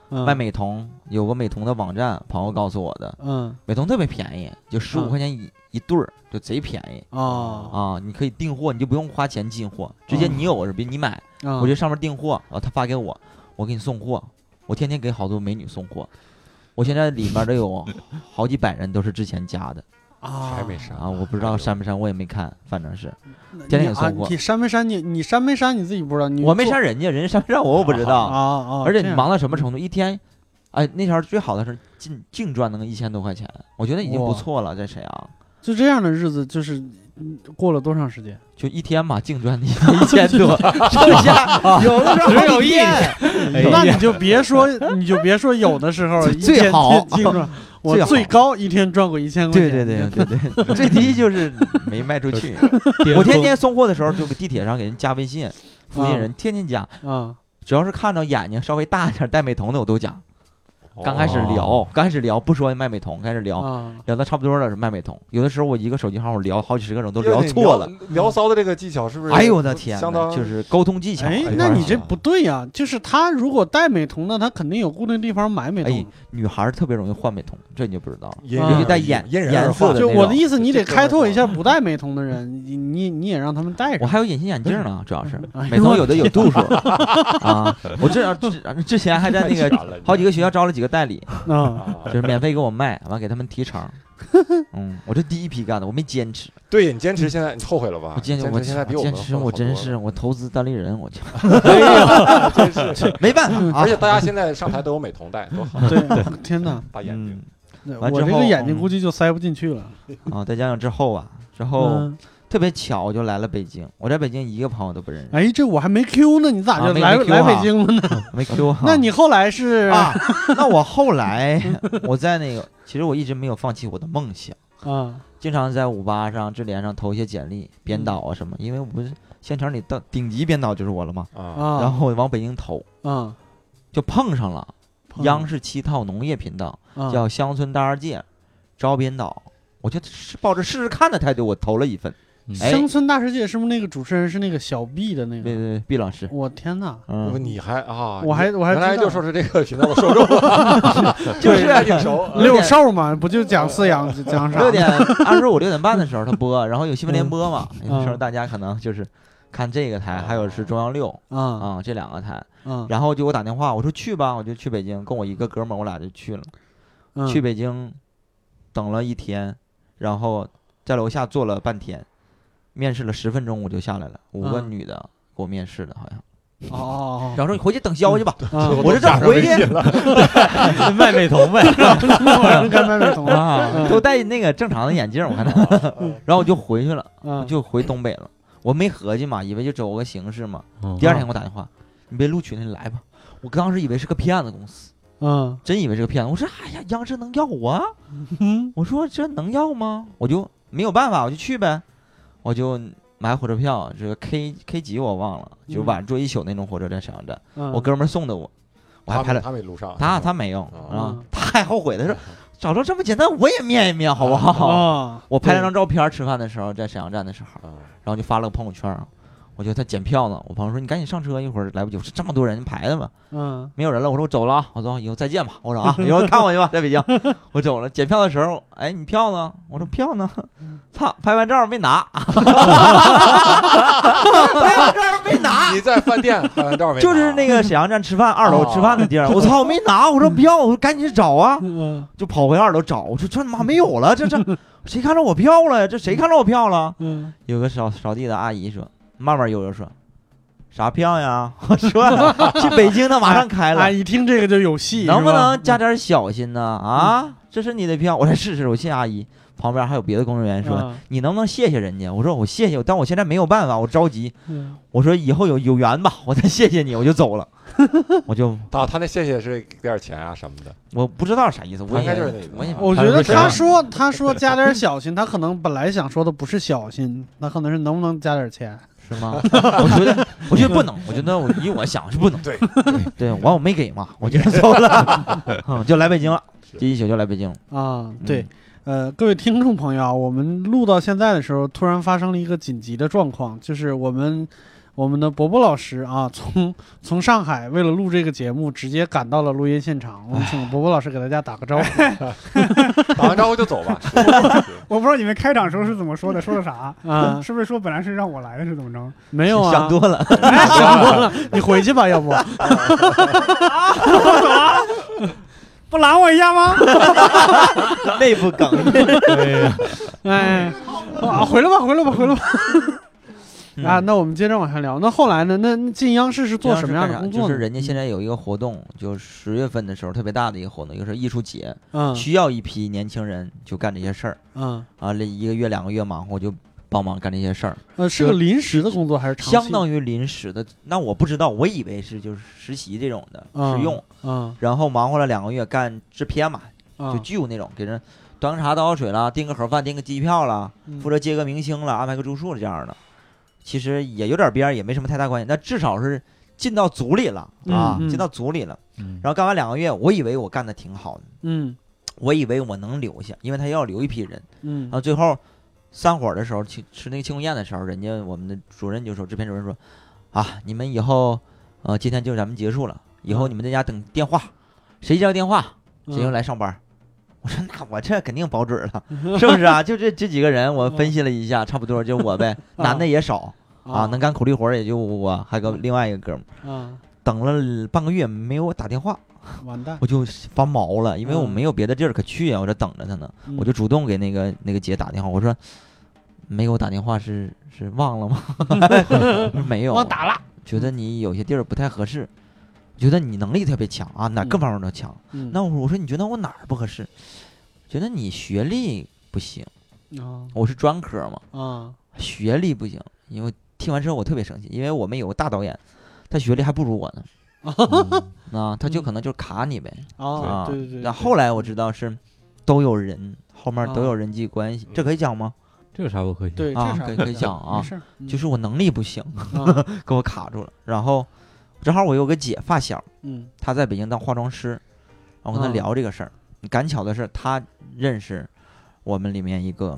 Speaker 1: 嗯
Speaker 2: 卖美瞳，有个美瞳的网站，朋友告诉我的，
Speaker 1: 嗯
Speaker 2: 美瞳特别便宜，就十五
Speaker 1: 嗯
Speaker 2: 块钱一一对儿，就贼便宜。
Speaker 1: 哦
Speaker 2: 啊，你可以订货，你就不用花钱进货，直接
Speaker 1: 嗯
Speaker 2: 你有是比你买，
Speaker 1: 啊，
Speaker 2: 我就上面订货，然后他发给我，我给你送货，我天天给好多美女送货，我现在里面都有好几百人都是之前加的
Speaker 1: 啊
Speaker 4: 还没删
Speaker 2: 啊，我不知道删没删，我也没看，反正是天天
Speaker 1: 你
Speaker 2: 给
Speaker 1: 啊
Speaker 2: 送货
Speaker 1: 你删没删你你删没删你自己不知道，你
Speaker 2: 我没
Speaker 1: 做
Speaker 2: 删人家，人家删不删我我不知
Speaker 1: 啊
Speaker 2: 道，
Speaker 1: 啊，
Speaker 2: 而且
Speaker 1: 这
Speaker 2: 你
Speaker 1: 样
Speaker 2: 忙到什么程度，一天。哎，那条最好的是净净赚能一千多块钱，我觉得已经不
Speaker 1: 哇
Speaker 2: 错了，在啊沈阳
Speaker 1: 就这样的日子就是嗯过了多长时间？
Speaker 2: 就一天嘛，净赚 一千多，剩下 有的时候
Speaker 3: 只有一
Speaker 2: 天
Speaker 3: 哎
Speaker 1: 那你
Speaker 3: 呀
Speaker 1: 就别说，你就别说有的时候一
Speaker 2: 最
Speaker 1: 天
Speaker 2: 好
Speaker 1: 净赚，我
Speaker 2: 最
Speaker 1: 最
Speaker 2: 好
Speaker 1: 高一天赚过一千块
Speaker 2: 对
Speaker 1: 钱。
Speaker 2: 对对对 对，最低就是没卖出 去。嗯我天天送货的时候，就给地铁上给人加微信，附近人天天加，
Speaker 1: 啊，
Speaker 2: 只要是看到眼睛稍微大一点戴美瞳的，我都加。刚开始
Speaker 3: 哦
Speaker 2: 聊，刚开始聊不说卖美瞳，开始聊
Speaker 1: 啊，
Speaker 2: 聊的差不多了，卖美瞳。有的时候我一个手机号我聊好几十个人，我都
Speaker 4: 因为
Speaker 2: 聊
Speaker 4: 你
Speaker 2: 错了。，
Speaker 4: 聊骚的这个技巧是不是？
Speaker 2: 哎呦我的天
Speaker 4: 相
Speaker 2: 呐，
Speaker 4: 当
Speaker 2: 就是沟通技巧。
Speaker 1: 哎
Speaker 4: 哎，
Speaker 1: 那
Speaker 4: 呀
Speaker 1: 你这不对呀、就是他如果戴美瞳的，他肯定有固定地方买
Speaker 2: 哎
Speaker 1: 美瞳。
Speaker 2: 女孩儿特别容易换美瞳，这你就不知道了。
Speaker 4: 因
Speaker 1: 啊
Speaker 2: 尤
Speaker 4: 人
Speaker 2: 其戴
Speaker 4: 而
Speaker 2: 眼
Speaker 4: 异因人而
Speaker 2: 颜色
Speaker 4: 化
Speaker 2: 的
Speaker 1: 就
Speaker 2: 那
Speaker 1: 我的
Speaker 2: 种
Speaker 1: 意思，你
Speaker 4: 这
Speaker 1: 得
Speaker 4: 这
Speaker 1: 开
Speaker 4: 这
Speaker 1: 拓
Speaker 4: 这
Speaker 1: 一下不戴美瞳的人，你你你也让他们戴
Speaker 2: 我
Speaker 1: 上。
Speaker 2: 还有隐形眼镜呢，主要是
Speaker 1: 哎
Speaker 2: 美
Speaker 1: 呦
Speaker 2: 瞳
Speaker 1: 我
Speaker 2: 有的有度数 啊。我这之之前还在那个好几个学校招了几个代理，
Speaker 1: 啊，
Speaker 4: 啊
Speaker 2: 就是免费给我卖，完给他们提成。嗯，我这第一批干的，我没坚持，
Speaker 4: 对你坚持现在你后悔了吧？
Speaker 2: 我坚
Speaker 4: 啊
Speaker 2: 持，我
Speaker 4: 你坚持现在比我
Speaker 2: 坚
Speaker 4: 们
Speaker 2: 持，
Speaker 4: 好
Speaker 2: 我
Speaker 4: 多
Speaker 2: 真
Speaker 4: 了
Speaker 2: 是我投资单立人，我就
Speaker 4: 真是。
Speaker 2: 没办法啊
Speaker 4: 嗯而。且大家现在上台都有美瞳戴，多好，
Speaker 1: 对，天哪，
Speaker 4: 大眼睛
Speaker 2: 嗯
Speaker 1: 那
Speaker 2: 完
Speaker 1: 我
Speaker 2: 之
Speaker 1: 这个
Speaker 2: 后
Speaker 1: 眼睛
Speaker 2: 嗯
Speaker 1: 估计就塞不进去了。
Speaker 2: 啊，再加上之后啊，之后
Speaker 1: 嗯，
Speaker 2: 特别巧，我就来了北京。我在北京一个朋友都不认识，
Speaker 1: 哎，这我还没 Q 呢，你咋
Speaker 2: 啊
Speaker 1: 就
Speaker 2: 没
Speaker 1: 来
Speaker 2: 没 Q
Speaker 1: 来北
Speaker 2: 哈
Speaker 1: 京了呢？
Speaker 2: 没 Q 哈。
Speaker 1: 那你后来是
Speaker 2: 啊， 那我后来我在那个，其实我一直没有放弃我的梦想。
Speaker 1: 啊
Speaker 2: 经常在五八上、智联上投一些简历，编导啊什么，因为我不是县城里的顶级编导就是我了嘛，
Speaker 4: 啊！
Speaker 1: 啊，
Speaker 2: 然后我往北京投，
Speaker 1: 啊，
Speaker 2: 就碰上了
Speaker 1: 碰
Speaker 2: 央视七套农业频道，
Speaker 1: 啊
Speaker 2: 叫《乡村大世界》，招编导，我就是抱着试试看的态度，我投了一份。哎
Speaker 1: 乡村大世界是不是那个主持人是那个小 B 的那
Speaker 2: 对
Speaker 1: 个？
Speaker 2: 对，毕老师，
Speaker 1: 我天哪！
Speaker 4: 不
Speaker 2: 嗯，
Speaker 4: 你还啊？
Speaker 1: 我还
Speaker 4: 你
Speaker 1: 我还
Speaker 4: 原来
Speaker 1: 知道
Speaker 4: 就说是这个频道的受众，
Speaker 2: 就是
Speaker 4: 还挺熟。啊
Speaker 1: 六兽嘛，不就讲饲养讲啥？
Speaker 2: 六点二十五、六点半的时候他播，然后有新闻联播嘛，
Speaker 1: 嗯
Speaker 2: 有时候大家可能就是看这个台，还有是中央六
Speaker 1: 啊
Speaker 2: 啊、这两个台，
Speaker 1: 啊！
Speaker 2: 然后就给我打电话，我说去吧，我就去北京，跟我一个哥们儿，我俩就去了。
Speaker 1: 嗯
Speaker 2: 去北京等了一天，然后在楼下坐了半天，面试了十分钟我就下来了，五个
Speaker 1: 嗯
Speaker 2: 女的给我面试的，好像。
Speaker 1: 哦
Speaker 2: 然后说你回去等消息吧，
Speaker 1: 哦哦
Speaker 2: 我就正回去
Speaker 3: 卖美瞳呗，
Speaker 1: 啊！那晚上该买美瞳了。
Speaker 2: 啊， 都戴那个正常的眼镜，我看到。 然后我就回去了，
Speaker 1: 嗯，
Speaker 2: 就回东北了。我没合计嘛，以为就走个形式嘛。嗯
Speaker 3: 嗯
Speaker 1: 嗯
Speaker 2: 第二天给我打电话，你被录取了，你来吧。我当时以为是个骗子公司，
Speaker 1: 嗯
Speaker 2: 真以为是个骗子。我说，哎呀，央视能要我啊？
Speaker 1: 嗯
Speaker 2: 我说这能要吗？我就没有办法，我就去呗，我就买火车票，这个 K K 几我忘了，就
Speaker 1: 嗯
Speaker 2: 晚上坐一宿那种火车在沈阳站，
Speaker 1: 嗯，
Speaker 2: 我哥们儿送的我，我还
Speaker 4: 他
Speaker 2: 拍
Speaker 4: 没
Speaker 2: 了
Speaker 4: 他没录上，
Speaker 2: 他，他没有
Speaker 1: 哦
Speaker 2: 啊，他还后悔，他说找着这么简单我也面一面好不好？
Speaker 1: 啊，
Speaker 2: 我拍了张照片，吃饭的时候在沈阳站的时候，
Speaker 4: 啊
Speaker 2: 然后就发了个朋友圈，啊我觉得他检票呢，我朋友说你赶紧上车，一会儿来不及，我说这么多人排的嘛，
Speaker 1: 嗯
Speaker 2: 没有人了，我说我走了啊，我走，以后再见吧。我说啊， 以后看我去吧，在北 京。我走了，检票的时候，哎，你票呢？我说票呢？操，拍完照没 拿，拍完照没拿，
Speaker 4: 啊
Speaker 2: 哦
Speaker 4: 你在饭店拍完照没拿？
Speaker 2: 就是那个沈阳站吃饭，二楼吃饭的地儿。我操，没拿，我说 票，我说赶紧去找啊，
Speaker 1: 嗯
Speaker 2: 就跑回二楼找。我说这他妈没有了， 这这谁看着我票了呀？这谁看着我票了？
Speaker 1: 嗯
Speaker 2: 有个扫扫地的阿姨说，慢慢悠悠说，啥票呀？ 我说去北京的马上开
Speaker 1: 啊，
Speaker 2: 了，
Speaker 1: 一听这个就有戏，
Speaker 2: 能不
Speaker 1: 是吧嗯
Speaker 2: 能加点小心呢？啊，这是你的票，我说是是，我谢谢阿姨。旁边还有别的工作人员说
Speaker 1: 啊：“
Speaker 2: 你能不能谢谢人家？”我说：“我谢谢，但我现在没有办法，我着急。
Speaker 1: 嗯”
Speaker 2: 我说：“以后有有缘吧，我再谢谢你，我就走 了。”我就
Speaker 4: 啊，他那谢谢是给点钱啊什么的，
Speaker 2: 我不知道啥意思，我
Speaker 4: 应该
Speaker 2: 也
Speaker 4: 就是那意思
Speaker 2: 我也
Speaker 4: 啊
Speaker 1: 我觉得
Speaker 3: 还是这
Speaker 1: 他
Speaker 3: 样
Speaker 1: 说他说加点小心，他可能本来想说的不是小心，那可能是能不能加点钱。
Speaker 2: 是吗？ 我觉得，我觉得不能，我觉得我以我想是不能。
Speaker 4: 对，
Speaker 2: 对，完我没给嘛，我就走了， 嗯就来北京了，第一宿就来北京。
Speaker 1: 啊，对，呃，各位听众朋友啊，我们录到现在的时候，突然发生了一个紧急的状况，就是我们我们的伯伯老师啊，从从上海为了录这个节目，直接赶到了录音现场。我们请伯伯老师给大家打个招呼。
Speaker 4: 打完招呼就走吧。
Speaker 6: 我不知道你们开场时候是怎么说的，说的啥？
Speaker 1: 啊，
Speaker 6: 是不是说本来是让我来的，是怎么着？
Speaker 1: 没有
Speaker 2: 想
Speaker 1: 啊，
Speaker 2: 多了，
Speaker 1: 想多了，你回去吧，要 不？
Speaker 6: 不拦我一下吗？
Speaker 2: 内部梗。
Speaker 1: 哎， 啊，回来吧，回来吧，回来吧。
Speaker 2: 嗯
Speaker 1: 啊，那我们接着往下聊。那后来呢？那那进央视是做什么样的工作呢？
Speaker 2: 就
Speaker 1: 嗯
Speaker 2: 是人家现在有一个活动，就十月份的时候特别大的一个活动，就是艺术节，
Speaker 1: 嗯
Speaker 2: 需要一批年轻人就干这些事儿
Speaker 1: 嗯，
Speaker 2: 啊，这一个月两个月忙活就帮忙干这些事儿，
Speaker 1: 呃，是个临时的工作还是长期？
Speaker 2: 相当于临时的。那我不知道，我以为是就是实习这种的
Speaker 1: 嗯
Speaker 2: 实用，
Speaker 1: 嗯
Speaker 2: 然后忙活了两个月干制片嘛，就
Speaker 1: 嗯
Speaker 2: 剧务那种，给人端个茶倒个水啦，订个盒饭，订个机票啦，
Speaker 1: 嗯
Speaker 2: 负责接个明星了，安排个住宿了这样的，其实也有点边儿，也没什么太大关系。那至少是进到组里了啊，
Speaker 1: 嗯嗯
Speaker 2: 进到组里了。
Speaker 3: 嗯
Speaker 2: 然后干完两个月，我以为我干的挺好的，
Speaker 1: 嗯
Speaker 2: 我以为我能留下，因为他要留一批人。
Speaker 1: 嗯
Speaker 2: 然后最后散伙的时候，去吃那个庆功宴的时候，人家我们的主任就说，制片主任说，啊，你们以后呃，今天就咱们结束了，以后你们在家等电话，谁接到电话
Speaker 1: 嗯
Speaker 2: 谁就来上班儿。我说那我这肯定保准儿了，是不是啊？就这这几个人，我分析了一下，差不多就我呗，男的也少
Speaker 1: 嗯
Speaker 2: 啊，能干苦力活儿也就我，还有个另外一个哥们儿。
Speaker 1: 啊，
Speaker 2: 等了半个月没有打电话，
Speaker 1: 完蛋！
Speaker 2: 我就发毛了，因为我
Speaker 1: 嗯
Speaker 2: 没有别的地儿可去啊，我这等着他呢。我就主动给那个那个姐打电话，我说没给我打电话是是忘了吗？ 没有，啊
Speaker 1: 忘打了。
Speaker 2: 觉得你有些地儿不太合适，觉得你能力特别强啊，哪各
Speaker 1: 嗯
Speaker 2: 方面都强。
Speaker 1: 嗯
Speaker 2: 那我说我说你觉得我哪儿不合适？觉得你学历不行，
Speaker 1: 啊
Speaker 2: 我是专科嘛，
Speaker 1: 啊
Speaker 2: 学历不行。因为听完之后我特别生气，因为我们有个大导演，他学历还不如我呢，
Speaker 3: 嗯
Speaker 2: 啊，他
Speaker 1: 嗯
Speaker 2: 就可能就是卡你呗。
Speaker 1: 啊！对对对，
Speaker 2: 那后来我知道是都有人，后面
Speaker 1: 啊
Speaker 2: 都有人际关
Speaker 1: 嗯
Speaker 2: 系，这可以讲吗？
Speaker 3: 这有啥不可以？
Speaker 1: 对
Speaker 2: 啊
Speaker 1: 这，
Speaker 2: 可以
Speaker 1: 是
Speaker 2: 可以讲啊
Speaker 1: 没，事儿，嗯
Speaker 2: 就是是我能力 不行，
Speaker 1: 啊
Speaker 2: 给我卡住了。然后正好我有个姐发小，
Speaker 1: 嗯
Speaker 2: 她在北京当化妆师，我跟她
Speaker 1: 啊
Speaker 2: 聊这个事儿。赶巧的是，她认识我们里面一个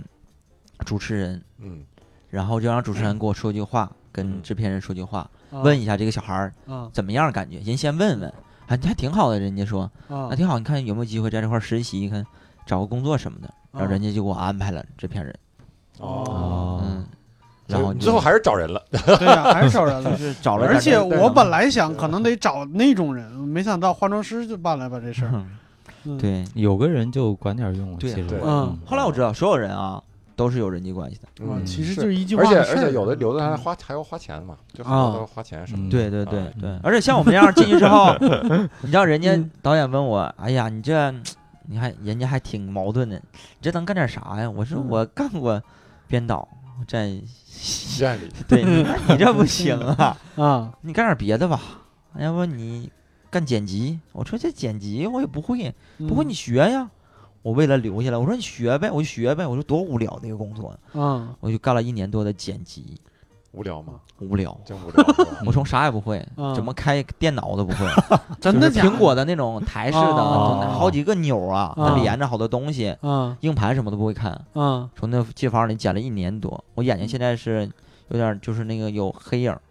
Speaker 2: 主持人，
Speaker 4: 嗯，
Speaker 2: 然后就让主持人给我说句话，跟
Speaker 4: 嗯
Speaker 2: 制片人说句话，
Speaker 1: 嗯啊
Speaker 2: 问一下这个小孩儿
Speaker 1: 啊
Speaker 2: 怎么样感觉，人先问问，还还挺好的。人家说
Speaker 1: 啊
Speaker 2: 那挺好，你看有没有机会在这块儿实习，看找个工作什么
Speaker 1: 啊
Speaker 2: 的。然后人家就给我安排了制片人，
Speaker 1: 哦，
Speaker 3: 啊
Speaker 2: 嗯，然
Speaker 4: 然
Speaker 2: 后
Speaker 4: 后你
Speaker 2: 就
Speaker 4: 最后还是找人了，
Speaker 1: 对呀，还是少人了。
Speaker 2: 就是找了点儿
Speaker 1: 而
Speaker 2: 人，
Speaker 1: 且我本
Speaker 2: 来
Speaker 1: 来想可能得找那种人，没想到化妆师就办来吧这事儿。嗯
Speaker 2: 对。
Speaker 3: 有个人就管点用了。
Speaker 2: 对啊
Speaker 3: 其实
Speaker 4: 对
Speaker 3: 我
Speaker 1: 嗯
Speaker 2: 后来我知道，所有人啊都是有人际关系的。
Speaker 1: 啊
Speaker 4: 嗯，
Speaker 1: 其实
Speaker 4: 是
Speaker 1: 就是一句话
Speaker 4: 而且
Speaker 1: 的事
Speaker 4: 而
Speaker 1: 儿嗯
Speaker 4: 且有的留着还花还要花钱嘛，就很
Speaker 2: 啊
Speaker 4: 多都花钱什么
Speaker 3: 嗯
Speaker 2: 对对对
Speaker 4: 啊
Speaker 2: 对
Speaker 3: 嗯，
Speaker 2: 而且像我们这样进去之后，你知道人家
Speaker 1: 嗯
Speaker 2: 导演问我，哎呀，你这你还人家还挺矛盾的，你这能干点啥呀？我说
Speaker 1: 嗯
Speaker 2: 我干过编导，在
Speaker 4: 这里。
Speaker 2: 对，你这不行啊，
Speaker 1: 啊
Speaker 2: 你干点别的吧，要不你干剪辑？我说这剪辑我也不会，不
Speaker 1: 嗯
Speaker 2: 会你学呀。我为了留下来，我说你学呗，我就学呗，我说多无聊的一个工作，
Speaker 1: 啊
Speaker 2: 我就干了一年多的剪辑，
Speaker 4: 无聊吗？
Speaker 2: 无聊。
Speaker 4: 真无聊是吧。
Speaker 2: 我从啥也不会，
Speaker 1: 嗯
Speaker 2: 怎么开电脑我都不 会，
Speaker 1: 啊真的
Speaker 2: 就是
Speaker 1: 假的
Speaker 2: 苹果的那 种台式的，
Speaker 1: 哦
Speaker 2: 就那好几个钮啊，
Speaker 1: 哦
Speaker 2: 它连着好多东西，
Speaker 1: 啊
Speaker 2: 硬盘什么都不会看。
Speaker 1: 啊
Speaker 2: 从那机房里剪了一年多，我眼睛现在是有点就是那个有黑影儿、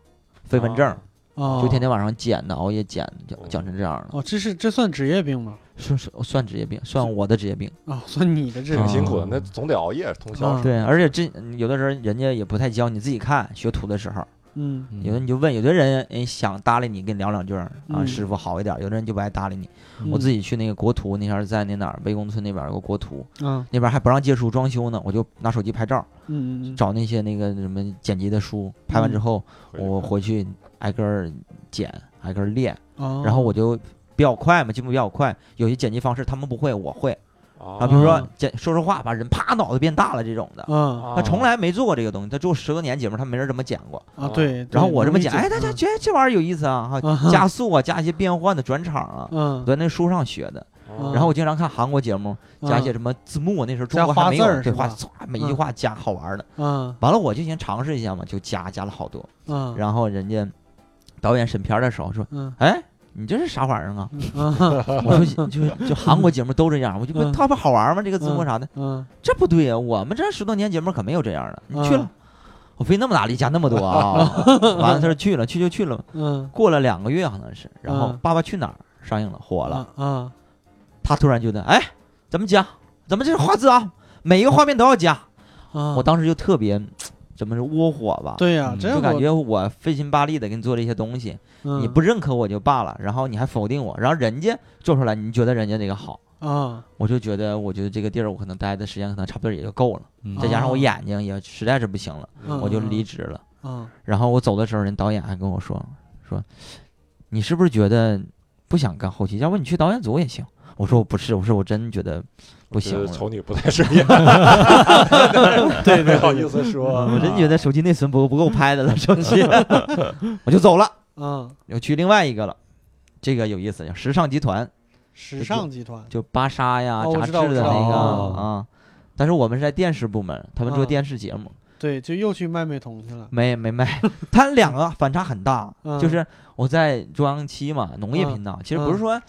Speaker 2: 飞蚊症，
Speaker 1: 啊！
Speaker 2: 就天天晚上剪的，熬夜剪，剪
Speaker 4: 哦
Speaker 2: 剪成这样了，
Speaker 1: 哦，这是这算职业病吗？
Speaker 2: 算是算职业病，算我的职业病。
Speaker 1: 啊，算你的这
Speaker 4: 挺
Speaker 1: 个
Speaker 3: 啊
Speaker 4: 辛苦的，那总得熬夜通宵
Speaker 1: 啊。
Speaker 2: 对，而且这有的时候人家也不太教，你自己看学徒的时候，
Speaker 1: 嗯
Speaker 3: 嗯
Speaker 2: 有的你就问，有的人哎想搭理你，跟你聊两句儿啊，
Speaker 1: 嗯
Speaker 2: 师傅好一点；有的人就不爱搭理你。
Speaker 3: 嗯
Speaker 2: 我自己去那个国图，那天儿在那哪儿魏公村那边儿有个国图，
Speaker 1: 啊
Speaker 2: 那边儿还不让借书装修呢，我就拿手机拍照，
Speaker 1: 嗯嗯嗯嗯
Speaker 2: 找那些那个什么剪辑的书，拍完之后
Speaker 4: 回去
Speaker 2: 我回去挨个儿剪，挨个儿练，
Speaker 1: 哦
Speaker 2: 然后我就比较快嘛，进步比较快。有些剪辑方式他们不会，我会啊，
Speaker 4: 啊
Speaker 2: 比如说
Speaker 1: 哦
Speaker 2: 剪说说话，把人啪脑袋变大了这种的，
Speaker 4: 啊
Speaker 1: 嗯
Speaker 2: 他从来没做过这个东西，他做十多年节目，他没人这么剪过。
Speaker 1: 啊对，
Speaker 2: 然后我这么
Speaker 1: 讲，
Speaker 2: 剪，哎，大家觉得这玩意儿有意思啊，哈、
Speaker 1: 啊
Speaker 2: 加速啊，加一些变换的转场啊，
Speaker 1: 嗯，
Speaker 2: 在那书上学的。
Speaker 4: 啊
Speaker 1: 嗯
Speaker 2: 然后我经常看韩国节目，
Speaker 1: 嗯
Speaker 2: 加一些什么字幕，啊那时候中
Speaker 1: 加
Speaker 2: 国
Speaker 1: 花
Speaker 2: 还没
Speaker 1: 字儿
Speaker 2: 有，
Speaker 1: 是
Speaker 2: 对，画
Speaker 1: 吧
Speaker 2: 唰每一句
Speaker 1: 嗯
Speaker 2: 话加好玩的。
Speaker 1: 嗯
Speaker 2: 完了，我就先尝试一下嘛，就加加了好多。
Speaker 1: 嗯，
Speaker 2: 然后人家导演审片儿的时候说
Speaker 1: 嗯：“
Speaker 2: 哎，你这是啥玩意儿啊？”
Speaker 1: 嗯
Speaker 2: 我说：“就就韩国节目都这样。”我就
Speaker 1: 嗯
Speaker 2: 问他不好玩吗？这个字幕啥的，
Speaker 1: 嗯
Speaker 2: 这不对呀、我们这十多年节目可没有这样的。你去
Speaker 1: 嗯
Speaker 2: 了，我费那么大力加那么多 啊！完了，他说去了，去就去了。
Speaker 1: 嗯，
Speaker 2: 过了两个月好像是，然后
Speaker 1: 嗯
Speaker 2: 《爸爸去哪儿》上映了，火了。
Speaker 1: 啊
Speaker 2: 他突然觉得，哎，怎么加？咱们这是画质啊，每一个画面都要加。
Speaker 1: 啊！
Speaker 2: 我当时就特别，怎么说窝火吧？
Speaker 1: 对呀，
Speaker 3: 嗯
Speaker 1: 这
Speaker 2: 就
Speaker 1: 个
Speaker 2: 感觉我费心巴力的给你做这些东西，
Speaker 1: 嗯
Speaker 2: 你不认可我就罢了，然后你还否定我，然后人家做出来，你觉得人家这个好，
Speaker 1: 啊
Speaker 2: 我就觉得，我觉得这个地儿我可能待的时间可能差不多也就够了，
Speaker 3: 嗯
Speaker 2: 再加上我
Speaker 1: 哦
Speaker 2: 眼睛也实在是不行了，
Speaker 1: 嗯
Speaker 2: 我就离职了。
Speaker 1: 啊
Speaker 2: 然后我走的时候，人导演还跟我说说，你是不是觉得不想干后期？要不你去导演组也行。我说我不是，我说我真觉得不行
Speaker 4: 就是
Speaker 2: 了，
Speaker 4: 瞅你不太顺 眼，
Speaker 1: 对嗯
Speaker 4: 没好意思说，
Speaker 2: 我真觉得手机内存不够不够拍的了，手 机，我就走了，
Speaker 1: 啊！
Speaker 2: 我去另外一个了。这个有意思，叫时尚集团，
Speaker 1: 时尚集团
Speaker 2: 就芭莎呀、
Speaker 1: 哦我
Speaker 2: 杂
Speaker 1: 知道
Speaker 2: 志的
Speaker 1: 我
Speaker 2: 那
Speaker 1: 知道
Speaker 2: 个
Speaker 3: 哦
Speaker 2: 啊。但是我们是在电视部门，他们
Speaker 1: 啊
Speaker 2: 做电视节目，
Speaker 1: 对，就又去卖美瞳去了。
Speaker 2: 没没卖。 它两个反差很大，
Speaker 1: 嗯
Speaker 2: 就是我在中央七嘛，农业
Speaker 1: 嗯
Speaker 2: 频道，其实不是
Speaker 1: 嗯
Speaker 2: 说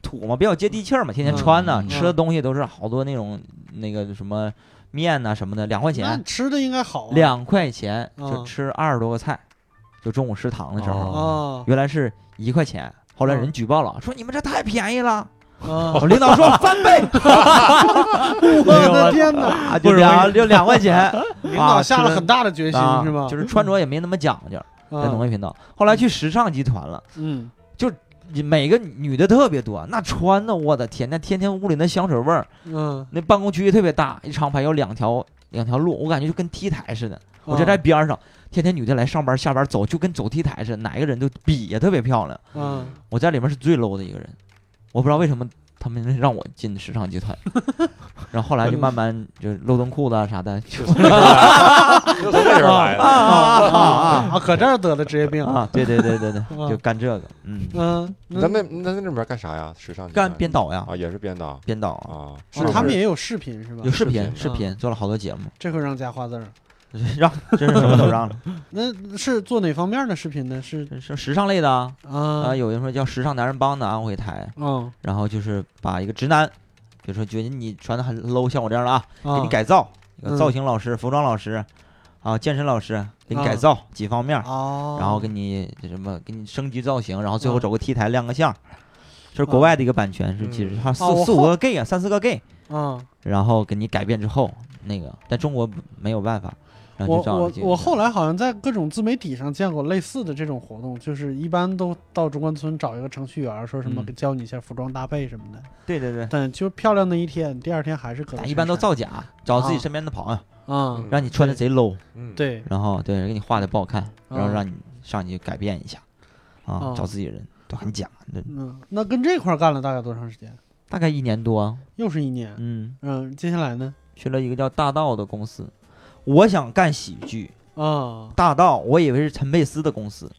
Speaker 2: 土嘛，比较接地气儿嘛，天天
Speaker 1: 嗯
Speaker 2: 穿呐，
Speaker 3: 嗯
Speaker 2: 吃的东西都是好多那种那个什么面呐、什么的，两块
Speaker 1: 那
Speaker 2: 钱，
Speaker 1: 吃的应该好啊
Speaker 2: 两块钱
Speaker 1: 嗯
Speaker 2: 就吃二十多个菜，就中午食堂的时候，
Speaker 3: 哦
Speaker 1: 啊
Speaker 2: 原来是一块钱，后来
Speaker 1: 嗯
Speaker 2: 人举报了，说你们这太便宜了。
Speaker 1: 啊！
Speaker 2: 我领 导说翻倍，
Speaker 1: 我的天哪！
Speaker 2: 啊，就两就两块钱，
Speaker 1: 领导下了
Speaker 2: 吃
Speaker 1: 很大的决心
Speaker 2: 啊
Speaker 1: 是吧？嗯
Speaker 2: 就是穿着也没那么讲究，在农
Speaker 1: 啊
Speaker 2: 业频道。后来去时尚集团了，
Speaker 1: 嗯
Speaker 2: 每个女的特别多，那穿的我的天，那天天屋里那香水味儿，
Speaker 1: 嗯，
Speaker 2: 那办公区域特别大，一长排有两条两条路，我感觉就跟 T 台似的。我就
Speaker 1: 这
Speaker 2: 在边儿上，天天女的来上班下班走，就跟走 T 台似的，哪个人都比也特别漂亮。
Speaker 1: 嗯
Speaker 2: 我在里面是最 low 的一个人，我不知道为什么他们让我进时尚集团，然后后来就慢慢就漏灯裤子啊啥的， 就
Speaker 4: 就从这边 来的。
Speaker 1: 啊啊啊！可这儿得了职业病
Speaker 2: 啊，对对对对对，
Speaker 1: 啊
Speaker 2: 就干这个，嗯，
Speaker 1: 嗯，
Speaker 4: 咱那那那里面干啥呀？时尚
Speaker 2: 干
Speaker 4: 集团
Speaker 2: 编导呀，
Speaker 4: 啊，也是编导
Speaker 2: 编导啊，
Speaker 4: 啊，
Speaker 1: 哦他们也有视频是吧
Speaker 2: 有？视
Speaker 4: 视
Speaker 2: 频
Speaker 4: 频
Speaker 2: 视频做了好多节目，
Speaker 1: 这回让加花字儿，
Speaker 2: 让真是什么都让了，
Speaker 1: 那是做哪方面的视频呢？是
Speaker 2: 这是时尚类的啊，
Speaker 1: 啊
Speaker 2: 啊，有人说叫时尚男人帮的安徽台，
Speaker 1: 嗯
Speaker 2: 然后就是把一个直男，比如说觉得你穿的很 low，像我这样的啊，给
Speaker 1: 啊
Speaker 2: 你改造，有
Speaker 1: 嗯
Speaker 2: 造型老师、服装老师，啊，健身老师给你
Speaker 1: 啊
Speaker 2: 改造几方面，
Speaker 1: 哦，
Speaker 2: 然后给你这什么给你升级造型，然后最
Speaker 1: 啊
Speaker 2: 后走个 T 台亮个相，这是
Speaker 1: 啊
Speaker 2: 国外的一个版权，是其实它四
Speaker 1: 哦我
Speaker 2: 四
Speaker 1: 后
Speaker 2: 五个 gay 啊，三四个 gay，
Speaker 1: 啊，
Speaker 2: 然后给你改变之后，那个在中国没有办法，然后
Speaker 1: 我
Speaker 2: 就这样
Speaker 1: 我
Speaker 2: 就
Speaker 1: 我后来好像在各种自媒体上见过类似的这种活动，就是一般都到中关村找一个程序员，说什么
Speaker 2: 嗯
Speaker 1: 教你一下服装搭配什么的，
Speaker 2: 对对对，
Speaker 1: 但就漂亮那一天，第二天还是可能
Speaker 2: 但一般都造假，找自己身边的朋友，
Speaker 1: 啊，
Speaker 2: 让你穿的贼 low，
Speaker 4: 嗯，
Speaker 1: 对，
Speaker 2: 然后对给你画的不好看，然后
Speaker 1: 啊
Speaker 2: 让你上去改变一下，
Speaker 1: 啊
Speaker 2: 啊，找自己人都很假，那
Speaker 1: 嗯，那跟这块儿干了大概多长时间？
Speaker 2: 大概一年多，啊
Speaker 1: 又是一年，
Speaker 2: 嗯，
Speaker 1: 嗯，接下来呢？
Speaker 2: 去了一个叫大道的公司，我想干喜剧，
Speaker 1: 啊
Speaker 2: 大道，我以为是陈佩斯的公司，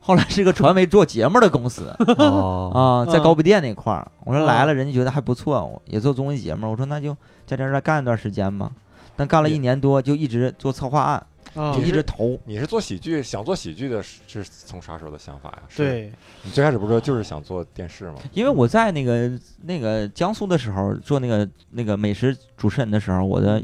Speaker 2: 后来是个传媒做节目的公 司
Speaker 3: 哦，
Speaker 2: 啊，在
Speaker 1: 嗯
Speaker 2: 高碑店那块儿。我说
Speaker 1: 嗯
Speaker 2: 来了，人家觉得还不错，我也做综艺节目。我说那就在这儿再干一段时间吧。但干了一年多，就一直做策划案，
Speaker 1: 啊
Speaker 2: 就，一直投。
Speaker 4: 你是做喜剧，想做喜剧的是是从啥时候的想法呀？是
Speaker 1: 对，
Speaker 4: 你最开始不是说就是想做电视吗？
Speaker 2: 因为我在那个那个江苏的时候做那个那个美食主持人的时候，我的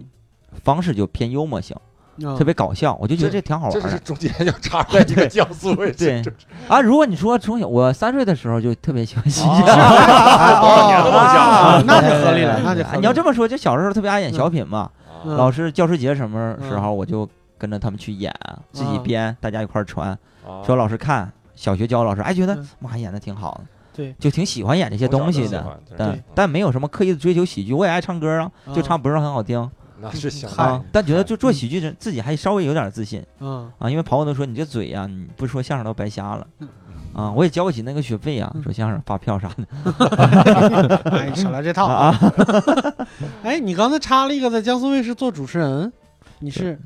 Speaker 2: 方式就偏幽默型，
Speaker 1: 特
Speaker 2: 特别搞笑，我就觉得这挺好
Speaker 4: 这
Speaker 2: 玩
Speaker 4: 是
Speaker 2: 的
Speaker 4: 中间就插出来一个江苏卫视，
Speaker 2: 对
Speaker 4: 这
Speaker 2: 啊。如果你说从小我三岁的时候就特别喜欢喜剧。
Speaker 4: 多少年了都讲
Speaker 1: 啊
Speaker 4: 了，
Speaker 1: 那就合理了，
Speaker 2: 对
Speaker 1: 那就
Speaker 2: 啊
Speaker 1: 合理
Speaker 2: 你要这
Speaker 1: 么
Speaker 2: 么说，就小时候特别爱演小品嘛。
Speaker 4: 啊
Speaker 1: 嗯
Speaker 2: 老师教师节什么时
Speaker 1: 嗯
Speaker 2: 候我就跟着他们去演，自己编，大家一块儿传，
Speaker 4: 啊
Speaker 2: 说老师看，小学教老师，哎，觉得
Speaker 1: 嗯
Speaker 2: 妈演的挺好的，
Speaker 1: 对
Speaker 2: 就挺喜欢演这些东西的。，
Speaker 4: 从小就喜欢
Speaker 2: 但
Speaker 4: 嗯对
Speaker 2: 但没有什么刻意的追求喜剧，我也爱唱歌啊，就唱不是很好听，
Speaker 4: 嗯那是想
Speaker 1: 嗯嗨
Speaker 2: 啊
Speaker 4: 当，
Speaker 2: 但觉得就做喜剧人自己还稍微有点自信
Speaker 1: 嗯
Speaker 2: 啊，因为朋友都说你这嘴呀、你不说相声都白瞎了
Speaker 1: 嗯。
Speaker 2: 啊，我也交不起那个学费啊，说相声发票啥的
Speaker 1: 哎，少来这套
Speaker 2: 啊！啊。
Speaker 1: 哎，你刚才插了一个在江苏卫视做主持人，你是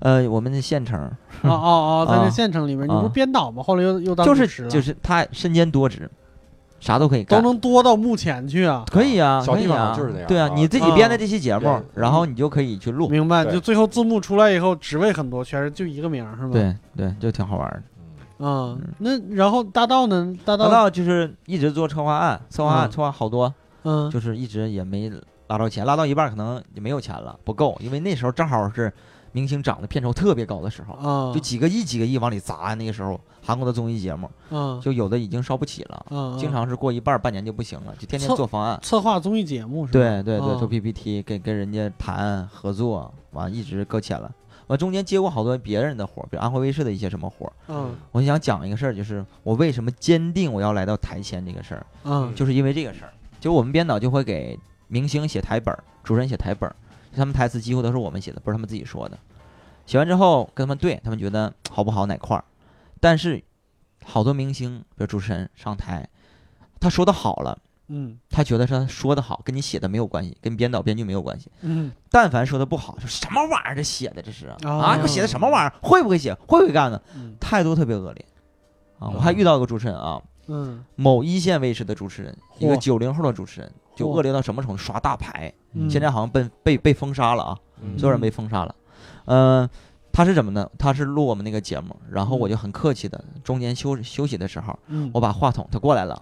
Speaker 2: 呃，我们的县城
Speaker 1: 哦哦哦，在那
Speaker 2: 嗯啊
Speaker 1: 县城里边，你不是
Speaker 2: 啊
Speaker 1: 编导吗？后来又又当
Speaker 2: 就
Speaker 1: 主持啊
Speaker 2: 是
Speaker 1: 了
Speaker 2: 就是他身兼多职，啥都可以
Speaker 1: 都
Speaker 2: 干，
Speaker 1: 能多到幕前去啊！
Speaker 2: 可以啊，
Speaker 4: 小
Speaker 2: 可
Speaker 4: 地
Speaker 2: 以
Speaker 4: 方
Speaker 2: 啊，
Speaker 4: 就是那样
Speaker 2: 对啊
Speaker 4: 啊，
Speaker 2: 你自己编的这期节目
Speaker 4: 嗯，
Speaker 2: 然后你就可以去录，
Speaker 1: 明白，
Speaker 4: 对
Speaker 1: 就最后字幕出来以后，职位很多，全是就一个名儿是吗？，
Speaker 2: 对对，就挺好玩的。
Speaker 1: 嗯
Speaker 2: 嗯，
Speaker 1: 那然后大道呢？大
Speaker 2: 大
Speaker 1: 道，
Speaker 2: 道就是一直做策划案，策划案
Speaker 1: 嗯
Speaker 2: 策划好多，
Speaker 1: 嗯
Speaker 2: 就是一直也没拉到钱，拉到一半可能也没有钱了，不够，因为那时候正好是明星涨的片酬特别高的时候，
Speaker 1: 啊，
Speaker 2: 就几个亿几个亿往里砸。那个时候韩国的综艺节目
Speaker 1: 嗯
Speaker 2: 就有的已经烧不起了，
Speaker 1: 嗯，
Speaker 2: 经常是过一半儿半年就不行了，就天天
Speaker 1: 策
Speaker 2: 做方案。
Speaker 1: 策划综艺节目是吧？
Speaker 2: 对对对，
Speaker 1: 嗯
Speaker 2: 做 PPT 跟跟人家谈合作，完一直搁浅了。完中间接过好多别人的活儿，比如安徽卫视的一些什么活儿。
Speaker 1: 嗯
Speaker 2: 我想讲一个事儿，就是我为什么坚定我要来到台前这个事儿，
Speaker 1: 嗯
Speaker 2: 就是因为这个事儿。就我们编导就会给明星写台本儿，主持人写台本儿，他们台词几乎都是我们写的，不是他们自己说的。写完之后跟他们对，他们觉得好不好哪块儿。但是好多明星，比如主持人上台，他说的好了，
Speaker 1: 嗯
Speaker 2: 他觉得是他说的好，跟你写的没有关系，跟编导编剧没有关系。
Speaker 1: 嗯
Speaker 2: 但凡说的不好，说什么玩意儿这写的这是啊，
Speaker 1: 哦
Speaker 2: 啊，这写的什么玩意儿，会不会写，会不会干呢？
Speaker 1: 嗯
Speaker 2: 态度特别恶劣啊！我还遇到一个主持人啊，
Speaker 1: 嗯
Speaker 2: 某一线卫视的主持人，一个
Speaker 1: 嚯
Speaker 2: 九零后的主持人，就
Speaker 1: 嚯
Speaker 2: 恶劣到什么程度？刷大牌，
Speaker 1: 嗯
Speaker 2: 现在好像被被被封杀了啊，
Speaker 4: 嗯
Speaker 2: 所有人被封杀了。嗯，他是怎么呢？他是录我们那个节目，然后我就很客气的，中间休休息的时候，
Speaker 1: 嗯
Speaker 2: 我把话筒，他过来了，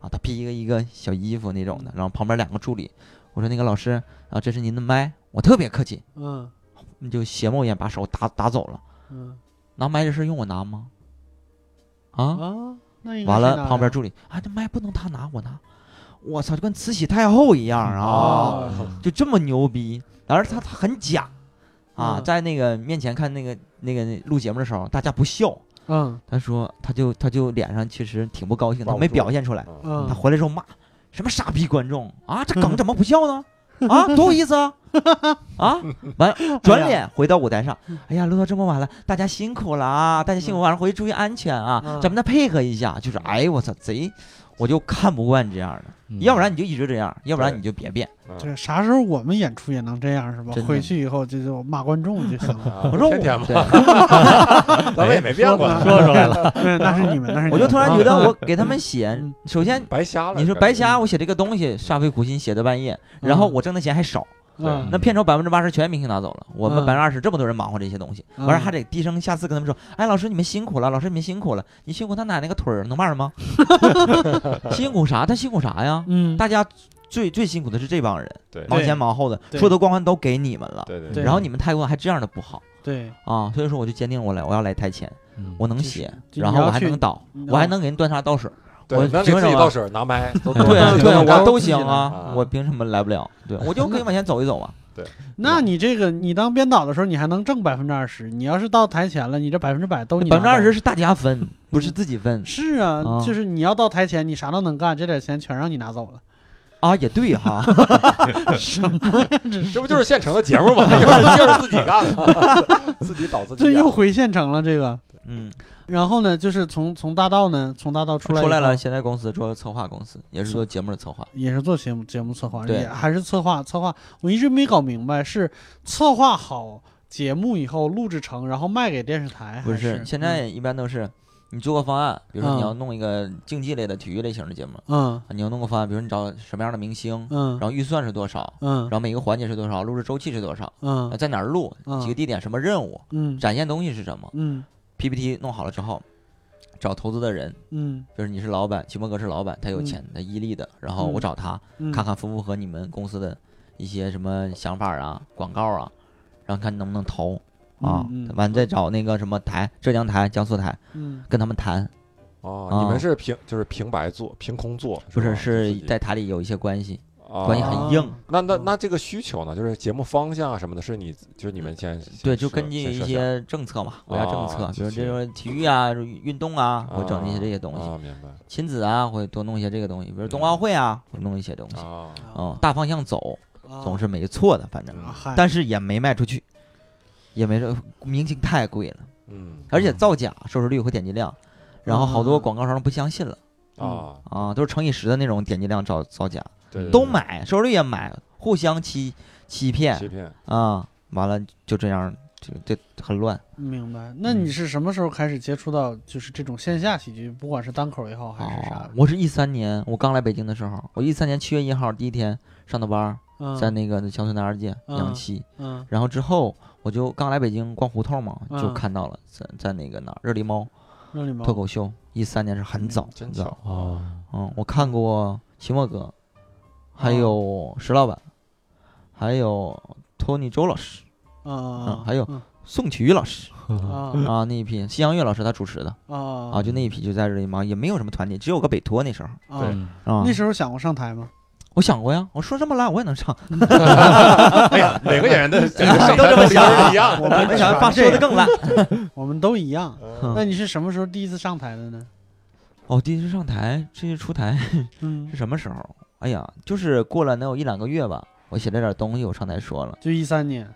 Speaker 2: 啊，他披一个一个小衣服那
Speaker 1: 嗯
Speaker 2: 种的，然后旁边两个助理，我说那个老师啊，这是您的麦，我特别客气，
Speaker 1: 嗯
Speaker 2: 你就斜冒眼把手打打走了，
Speaker 1: 嗯
Speaker 2: 拿麦这事儿用我拿吗？啊，
Speaker 1: 啊，那应该
Speaker 2: 完
Speaker 1: 是
Speaker 2: 了
Speaker 1: 那
Speaker 2: 旁边
Speaker 1: 样
Speaker 2: 助理，啊，这麦不能他拿，我拿，我操，就跟慈禧太后一样啊，
Speaker 1: 哦
Speaker 3: 嗯
Speaker 2: 就这么牛逼，然而他他很假。啊，
Speaker 1: 嗯
Speaker 2: 在那个面前看那个那个录节目的时候，大家不笑，
Speaker 1: 嗯
Speaker 2: 他说他就他就脸上其实挺不高兴，
Speaker 4: 挂
Speaker 2: 他
Speaker 4: 不
Speaker 2: 没
Speaker 4: 住
Speaker 2: 表现出来。
Speaker 1: 嗯，
Speaker 2: 他回来之后骂什么傻逼观众啊，这梗怎么不笑呢？啊，多有意思啊！啊，完了转脸回到舞台上，哎呀，录到这么晚了，大家辛苦了啊，大家辛苦，晚上回去注意安全啊
Speaker 1: 嗯，
Speaker 2: 咱们再配合一下。就是，哎呦我操，贼，我就看不惯这样的，
Speaker 3: 嗯
Speaker 2: 要不然你就一直这样，要不然
Speaker 4: 对
Speaker 2: 你就别变。
Speaker 1: 对，啥时候我们演出也能这样是吧
Speaker 2: 真？的
Speaker 1: 回去以后就就骂观众就行 了。
Speaker 4: 我
Speaker 2: 我说我
Speaker 4: 啊天天
Speaker 2: 对
Speaker 4: 吧，咱们也没变过，啊
Speaker 3: 说出来了，
Speaker 1: 对，那是你们，那是你们
Speaker 2: 我就突然觉得 我给他们 写
Speaker 1: 嗯，
Speaker 2: 首先
Speaker 4: 白瞎了。
Speaker 2: 你说白瞎，我写这个东西煞费苦心写到半夜，然后我挣的钱还少。
Speaker 1: 嗯
Speaker 2: 那片酬百分之八十全明星拿走了，我们
Speaker 1: 嗯
Speaker 2: 百分之二十这么多人忙活这些东西，
Speaker 1: 嗯
Speaker 2: 完了还得低声下气跟他们说：“哎，老师你们辛苦了，老师你们辛苦了，你辛苦他奶奶个腿儿，能骂人吗？ 辛苦啥？他辛苦啥呀？
Speaker 1: 嗯
Speaker 2: 大家最最辛苦的是这帮人，
Speaker 4: 对
Speaker 2: 忙前忙后的，
Speaker 1: 对
Speaker 2: 所有的光环都给你们了，
Speaker 4: 对对
Speaker 1: 对
Speaker 2: 然后你们态度还这样的不好
Speaker 1: 对，
Speaker 2: 啊，所以说我就坚定我来，我要来台前，
Speaker 3: 嗯
Speaker 2: 我能
Speaker 1: 就是
Speaker 2: 写，
Speaker 1: 就
Speaker 2: 然
Speaker 1: 你
Speaker 2: 后我
Speaker 1: 要
Speaker 2: 还
Speaker 1: 去
Speaker 2: 能导
Speaker 1: 嗯，
Speaker 2: 我还能给人端茶倒水，
Speaker 4: 对
Speaker 2: 我
Speaker 4: 能给
Speaker 2: 凭
Speaker 4: 自
Speaker 2: 什
Speaker 4: 己
Speaker 2: 么
Speaker 4: 倒水拿 麦，都
Speaker 2: 对啊对啊，
Speaker 1: 我
Speaker 2: 我
Speaker 1: 都
Speaker 2: 都
Speaker 1: 自己
Speaker 2: 行
Speaker 1: 来
Speaker 2: 啊，我凭什么来不了？对我就可以往前走一走啊。”
Speaker 1: 那你这个你当编导的时候，你还能挣百分之二十，你要是到台前了，你这百分之百都你
Speaker 2: 百分之
Speaker 1: 拿
Speaker 2: 二
Speaker 1: 走
Speaker 2: 十是大家分，不是自己分
Speaker 1: 是啊，
Speaker 2: 啊
Speaker 1: 就是你要到台前，你啥都能干，这点钱全让你拿走了。
Speaker 2: 啊，也对哈。
Speaker 4: 这不就是现成的节 目吗？就是自己干的，自己倒自己
Speaker 1: 这
Speaker 4: 演。
Speaker 1: 又回县城了，这个。
Speaker 2: 嗯，
Speaker 1: 然后呢，就是从从大道呢，从大道 出来
Speaker 2: 出来
Speaker 1: 以后
Speaker 2: 了，现在公司做策划公司，也是做节目的策划。
Speaker 1: 也是做节目节目策划，
Speaker 2: 对
Speaker 1: 也还是策划策划。我一直没搞明白，是策划好节目以后录制成，然后卖给电视台，
Speaker 2: 不
Speaker 1: 还
Speaker 2: 是
Speaker 1: 哎是，
Speaker 2: 现在一般都是你做个方案，比如
Speaker 1: 嗯
Speaker 2: 说你要弄一个竞技类的、体育类型的节目，
Speaker 1: 嗯
Speaker 2: 你要弄个方案，比如你找什么样的明星，
Speaker 1: 嗯
Speaker 2: 然后预算是多少，
Speaker 1: 嗯
Speaker 2: 然后每个环节是多少，录制周期是多少，
Speaker 1: 嗯
Speaker 2: 在哪儿录，
Speaker 1: 嗯
Speaker 2: 几个地点，什么任务，
Speaker 1: 嗯
Speaker 2: 展现东西是什么
Speaker 1: 嗯
Speaker 2: ，PPT 弄好了之后，找投资的人。
Speaker 1: 嗯
Speaker 2: 比如你是老板，齐墨哥是老板，他有
Speaker 1: 嗯
Speaker 2: 钱，他伊利的，然后我
Speaker 1: 嗯
Speaker 2: 找他，
Speaker 1: 嗯，
Speaker 2: 看看符不符合你们公司的一些什么想法啊、广告啊，然后看能不能投啊
Speaker 1: 嗯嗯。
Speaker 2: 完再找那个什么台，浙江台、江苏台
Speaker 1: 嗯
Speaker 2: 跟他们谈，
Speaker 4: 哦，
Speaker 2: 啊
Speaker 4: 你们是平就是平白做，凭空做，
Speaker 2: 不是
Speaker 4: 吧
Speaker 2: 是
Speaker 4: 哦自己
Speaker 2: 在台里有一些关系，
Speaker 4: 啊
Speaker 2: 关系很硬。
Speaker 4: 那那那这个需求呢？就是节目方向啊什么的，是你就是你们先
Speaker 2: 对，
Speaker 4: 先
Speaker 2: 就
Speaker 4: 设
Speaker 2: 根据
Speaker 4: 先
Speaker 2: 一
Speaker 4: 设想
Speaker 2: 些政策嘛，国家政策
Speaker 4: 啊，
Speaker 2: 比如
Speaker 4: 这
Speaker 2: 这种体育啊、运动啊，我整一些这些东西。
Speaker 4: 啊，明白
Speaker 2: 亲子啊，会多弄一些这个东西，比如冬奥会啊，我弄一些东西。
Speaker 1: 哦
Speaker 4: 啊
Speaker 2: 嗯，大方向走，
Speaker 1: 啊
Speaker 2: 总是没错的，反正，
Speaker 1: 啊嗨，
Speaker 2: 但是也没卖出去，也没说明星太贵了，
Speaker 4: 嗯
Speaker 2: 而且造假收视率和点击量，然后好多
Speaker 1: 啊
Speaker 2: 广告商不相信了
Speaker 4: 啊，
Speaker 2: 啊，都是乘以十的那种点击量造造假，
Speaker 4: 对，对
Speaker 2: 都
Speaker 4: 对
Speaker 2: 买，收视率也买，互相欺欺骗
Speaker 4: 欺骗，
Speaker 2: 啊，完了就这样，就就很乱。
Speaker 1: 明白。那
Speaker 2: 嗯
Speaker 1: 你是什么时候开始接触到就是这种线下喜剧，不管是单口也好还是啥
Speaker 2: 哦？，我是一三年，我刚来北京的时候，我一三年七月一号第一天上的班儿，
Speaker 1: 嗯
Speaker 2: 在那个乡村大世界
Speaker 1: 嗯
Speaker 2: 杨七，
Speaker 1: 嗯
Speaker 2: 然后之后我就刚来北京逛胡同嘛，
Speaker 1: 嗯哦
Speaker 2: 就看到了在在那个哪儿热力猫
Speaker 1: 热力猫
Speaker 2: 脱口秀，一三年是很早
Speaker 4: 真
Speaker 2: 很早，
Speaker 3: 哦，
Speaker 2: 嗯，我看过秦墨哥，
Speaker 1: 哦
Speaker 2: 还有石老板，还有托尼周老师、
Speaker 1: 啊，
Speaker 2: 嗯还有
Speaker 1: 嗯
Speaker 2: 宋启宇老师
Speaker 3: 嗯
Speaker 1: 啊
Speaker 2: 啊那一批，西洋月老师他主持的
Speaker 1: 啊
Speaker 2: 啊，就那一批就在热力猫，也没有什么团体，只有个北托那时候
Speaker 1: 啊
Speaker 3: 嗯
Speaker 2: 啊
Speaker 1: 那。时候想过上台吗？
Speaker 2: 我想过呀，我说这么烂我也能唱，
Speaker 4: 哎呀，每个演员的
Speaker 2: 都这么想啊
Speaker 4: 一样，
Speaker 1: 我们
Speaker 2: 没想到爸说 的更烂。
Speaker 1: 我们都一样。
Speaker 4: 嗯
Speaker 1: 那你是什么时候第一次上台的呢？
Speaker 2: 哦，第一次上台，这次出台
Speaker 1: 嗯
Speaker 2: 是，什么时候？哎呀，就是过了能有一两个月吧。我写了点东西，我上台说了，
Speaker 1: 就一三年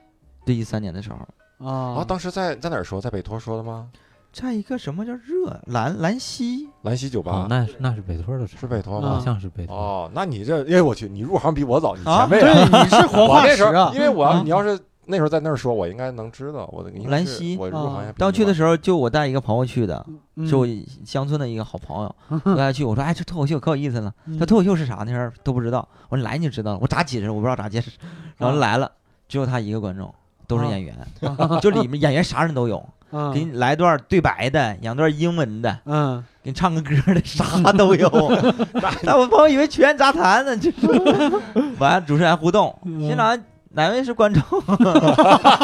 Speaker 2: 对，一三年的时候，哦
Speaker 1: 啊
Speaker 4: 啊，当时在在哪儿说？在北托说的吗？
Speaker 2: 在一个什么叫热兰兰溪
Speaker 4: 兰溪酒
Speaker 3: 哦
Speaker 4: 吧，
Speaker 3: 那是那是北托的事
Speaker 4: 是北托
Speaker 3: 好
Speaker 4: 吗
Speaker 1: 啊？
Speaker 3: 像是北托。
Speaker 4: 哦，那你这，哎，我去，你入行比我早，你前辈啊。
Speaker 1: 对，你是活
Speaker 4: 我
Speaker 1: 化
Speaker 4: 那
Speaker 1: 石
Speaker 4: 时候，
Speaker 1: 啊
Speaker 4: 因为我
Speaker 2: 啊
Speaker 4: 要你要是那时候在那儿说，我应该能知道。我的应该是
Speaker 2: 兰溪
Speaker 4: 我入
Speaker 1: 啊
Speaker 4: 行也比
Speaker 2: 当
Speaker 4: 你
Speaker 2: 去的
Speaker 4: 晚
Speaker 2: 时候，就我带一个朋友去的，
Speaker 1: 嗯
Speaker 2: 是我乡村的一个好 朋友，我带他去，我说哎，这脱口秀可有意思了。
Speaker 1: 嗯
Speaker 2: 他脱口秀是啥那事儿都不知道，我说来你就知道了，我咋解释我不知道咋 解释，然后
Speaker 1: 啊
Speaker 2: 来了，只有他一个观众，都是
Speaker 1: 啊
Speaker 2: 演员，就里面演员啥人都有，
Speaker 1: 啊
Speaker 2: 给你来段对白的，演段英文的，
Speaker 1: 嗯
Speaker 2: 给你唱个歌的，啥都 有。那我朋友以为全杂谈呢，就是。完了，主持人还互动，
Speaker 4: 嗯
Speaker 2: 现场哪位是观 众？就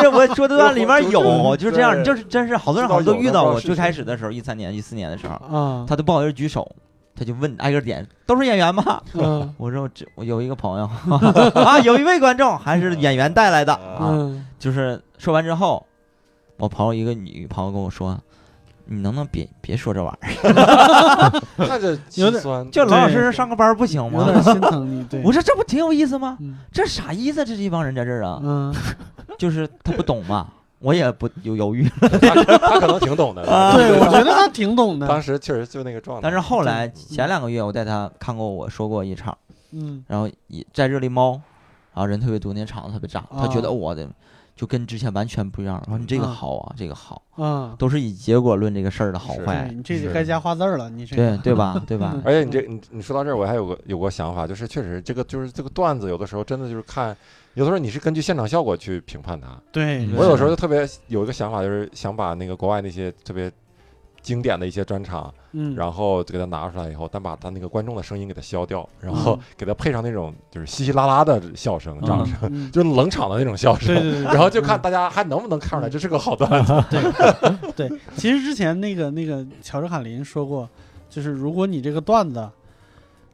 Speaker 2: 是我说的段里面有，就是这样，
Speaker 4: 对
Speaker 2: 就是真是好多人好像都遇到
Speaker 4: 知道有的不
Speaker 2: 我
Speaker 4: 知道是
Speaker 2: 最开始的时候，一三年、一四年的时候，
Speaker 1: 啊
Speaker 2: 他都不好意思举手，他就问挨个点，都是演员吗？
Speaker 1: 嗯
Speaker 2: 我说我只我有一个朋友 啊，有一位观众还是演员带来的啊，
Speaker 1: 嗯
Speaker 2: 就是说完之后，我朋友一个女朋友跟我说：“你能不能别别说这玩意儿？
Speaker 4: 看着
Speaker 1: 有
Speaker 4: 心
Speaker 1: 点
Speaker 4: 酸，
Speaker 2: 就老老实
Speaker 1: 对
Speaker 2: 实上个班儿不行
Speaker 1: 有
Speaker 2: 吗
Speaker 1: 点心疼你，对，？”
Speaker 2: 我说：“这不挺有意思吗？
Speaker 1: 嗯
Speaker 2: 这啥意思？这这帮人在这儿啊，
Speaker 1: 嗯
Speaker 2: 就是他不懂嘛。”我也不有犹豫，
Speaker 4: 他他可能挺懂的。
Speaker 1: 啊对，我觉得他挺懂的，
Speaker 4: 啊当时确实就那个状态。
Speaker 2: 但是后来前两个月我带他看过我说过一场，
Speaker 1: 嗯
Speaker 2: 然后也在热力猫，然后人特别多，那场子特别炸，他觉得
Speaker 1: 啊
Speaker 2: 我的就跟之前完全不一样了。然后你这个
Speaker 1: 啊
Speaker 2: 好啊，这个好，
Speaker 1: 啊，
Speaker 2: 都是以结果论这个事儿的好
Speaker 4: 是
Speaker 1: 对
Speaker 2: 坏，
Speaker 1: 你这
Speaker 4: 是
Speaker 1: 就该加花字儿了，你这
Speaker 2: 对对吧？对吧？
Speaker 4: 而且你这你你说到这儿，我还有个有个想法，就是确实这个就是这个段子，有的时候真的就是看，有的时候你是根据现场效果去评判它。
Speaker 1: 对，
Speaker 3: 嗯
Speaker 4: 我有时候就特别有一个想法，就是想把那个国外那些特别经典的一些专场，
Speaker 1: 嗯，
Speaker 4: 然后就给它拿出来以后，但把它那个观众的声音给它消掉，然后
Speaker 1: 嗯
Speaker 4: 给它配上那种就是稀稀拉拉的笑声，掌声，
Speaker 1: 嗯
Speaker 4: 就是冷场的那种笑
Speaker 1: 对
Speaker 4: 声。
Speaker 1: 对嗯对，
Speaker 4: 然后就看大家还能不能看出来这是个好段子。
Speaker 1: 对，嗯其实之前那个那个乔治卡林说过，就是如果你这个段子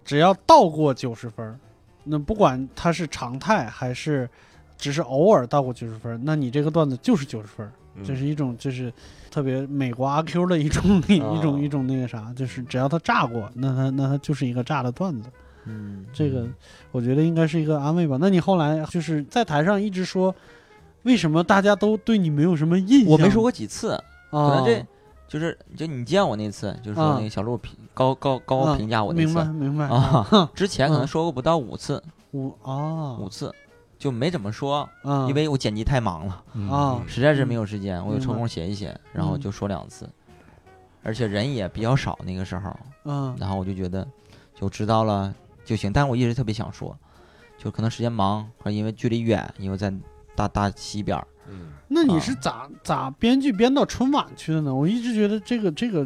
Speaker 1: 只要到过九十分儿，那不管它是常态还是只是偶尔到过九十分儿，那你这个段子就是九十分儿，
Speaker 2: 嗯
Speaker 1: 这是一种就是特别美国阿 Q 的一种 一
Speaker 4: 啊
Speaker 1: 种一种那个啥，就是只要它炸过，那它那它就是一个炸的段子。
Speaker 2: 嗯，
Speaker 1: 这个我觉得应该是一个安慰吧。那你后来就是在台上一直说，为什么大家都对你没有什么印象？
Speaker 2: 我没说过几次，
Speaker 1: 啊，
Speaker 2: 可能这就是就你见我那次，就是说
Speaker 1: 啊
Speaker 2: 那个小鹿评高高高
Speaker 1: 啊
Speaker 2: 评价我那
Speaker 1: 明
Speaker 2: 次
Speaker 1: 白明白
Speaker 2: 啊，之前可能
Speaker 1: 嗯
Speaker 2: 说过不到五次，
Speaker 1: 五啊
Speaker 2: 五次就没怎么说，
Speaker 1: 啊，
Speaker 2: 因为我剪辑太忙了，
Speaker 3: 嗯
Speaker 1: 啊
Speaker 2: 实在是没有时间，我有
Speaker 1: 明
Speaker 2: 抽
Speaker 1: 白
Speaker 2: 空写一写，然后
Speaker 1: 嗯
Speaker 2: 就说两次，而且人也比较少那个时候，
Speaker 1: 嗯
Speaker 2: 然后我就觉得就知道了就行，但我一直特别想说，就可能时间忙，或者因为距离远，因为在大大西边儿，
Speaker 4: 嗯，
Speaker 1: 那
Speaker 2: 啊
Speaker 1: 你是咋咋编剧编到春晚去的呢？我一直觉得这个这个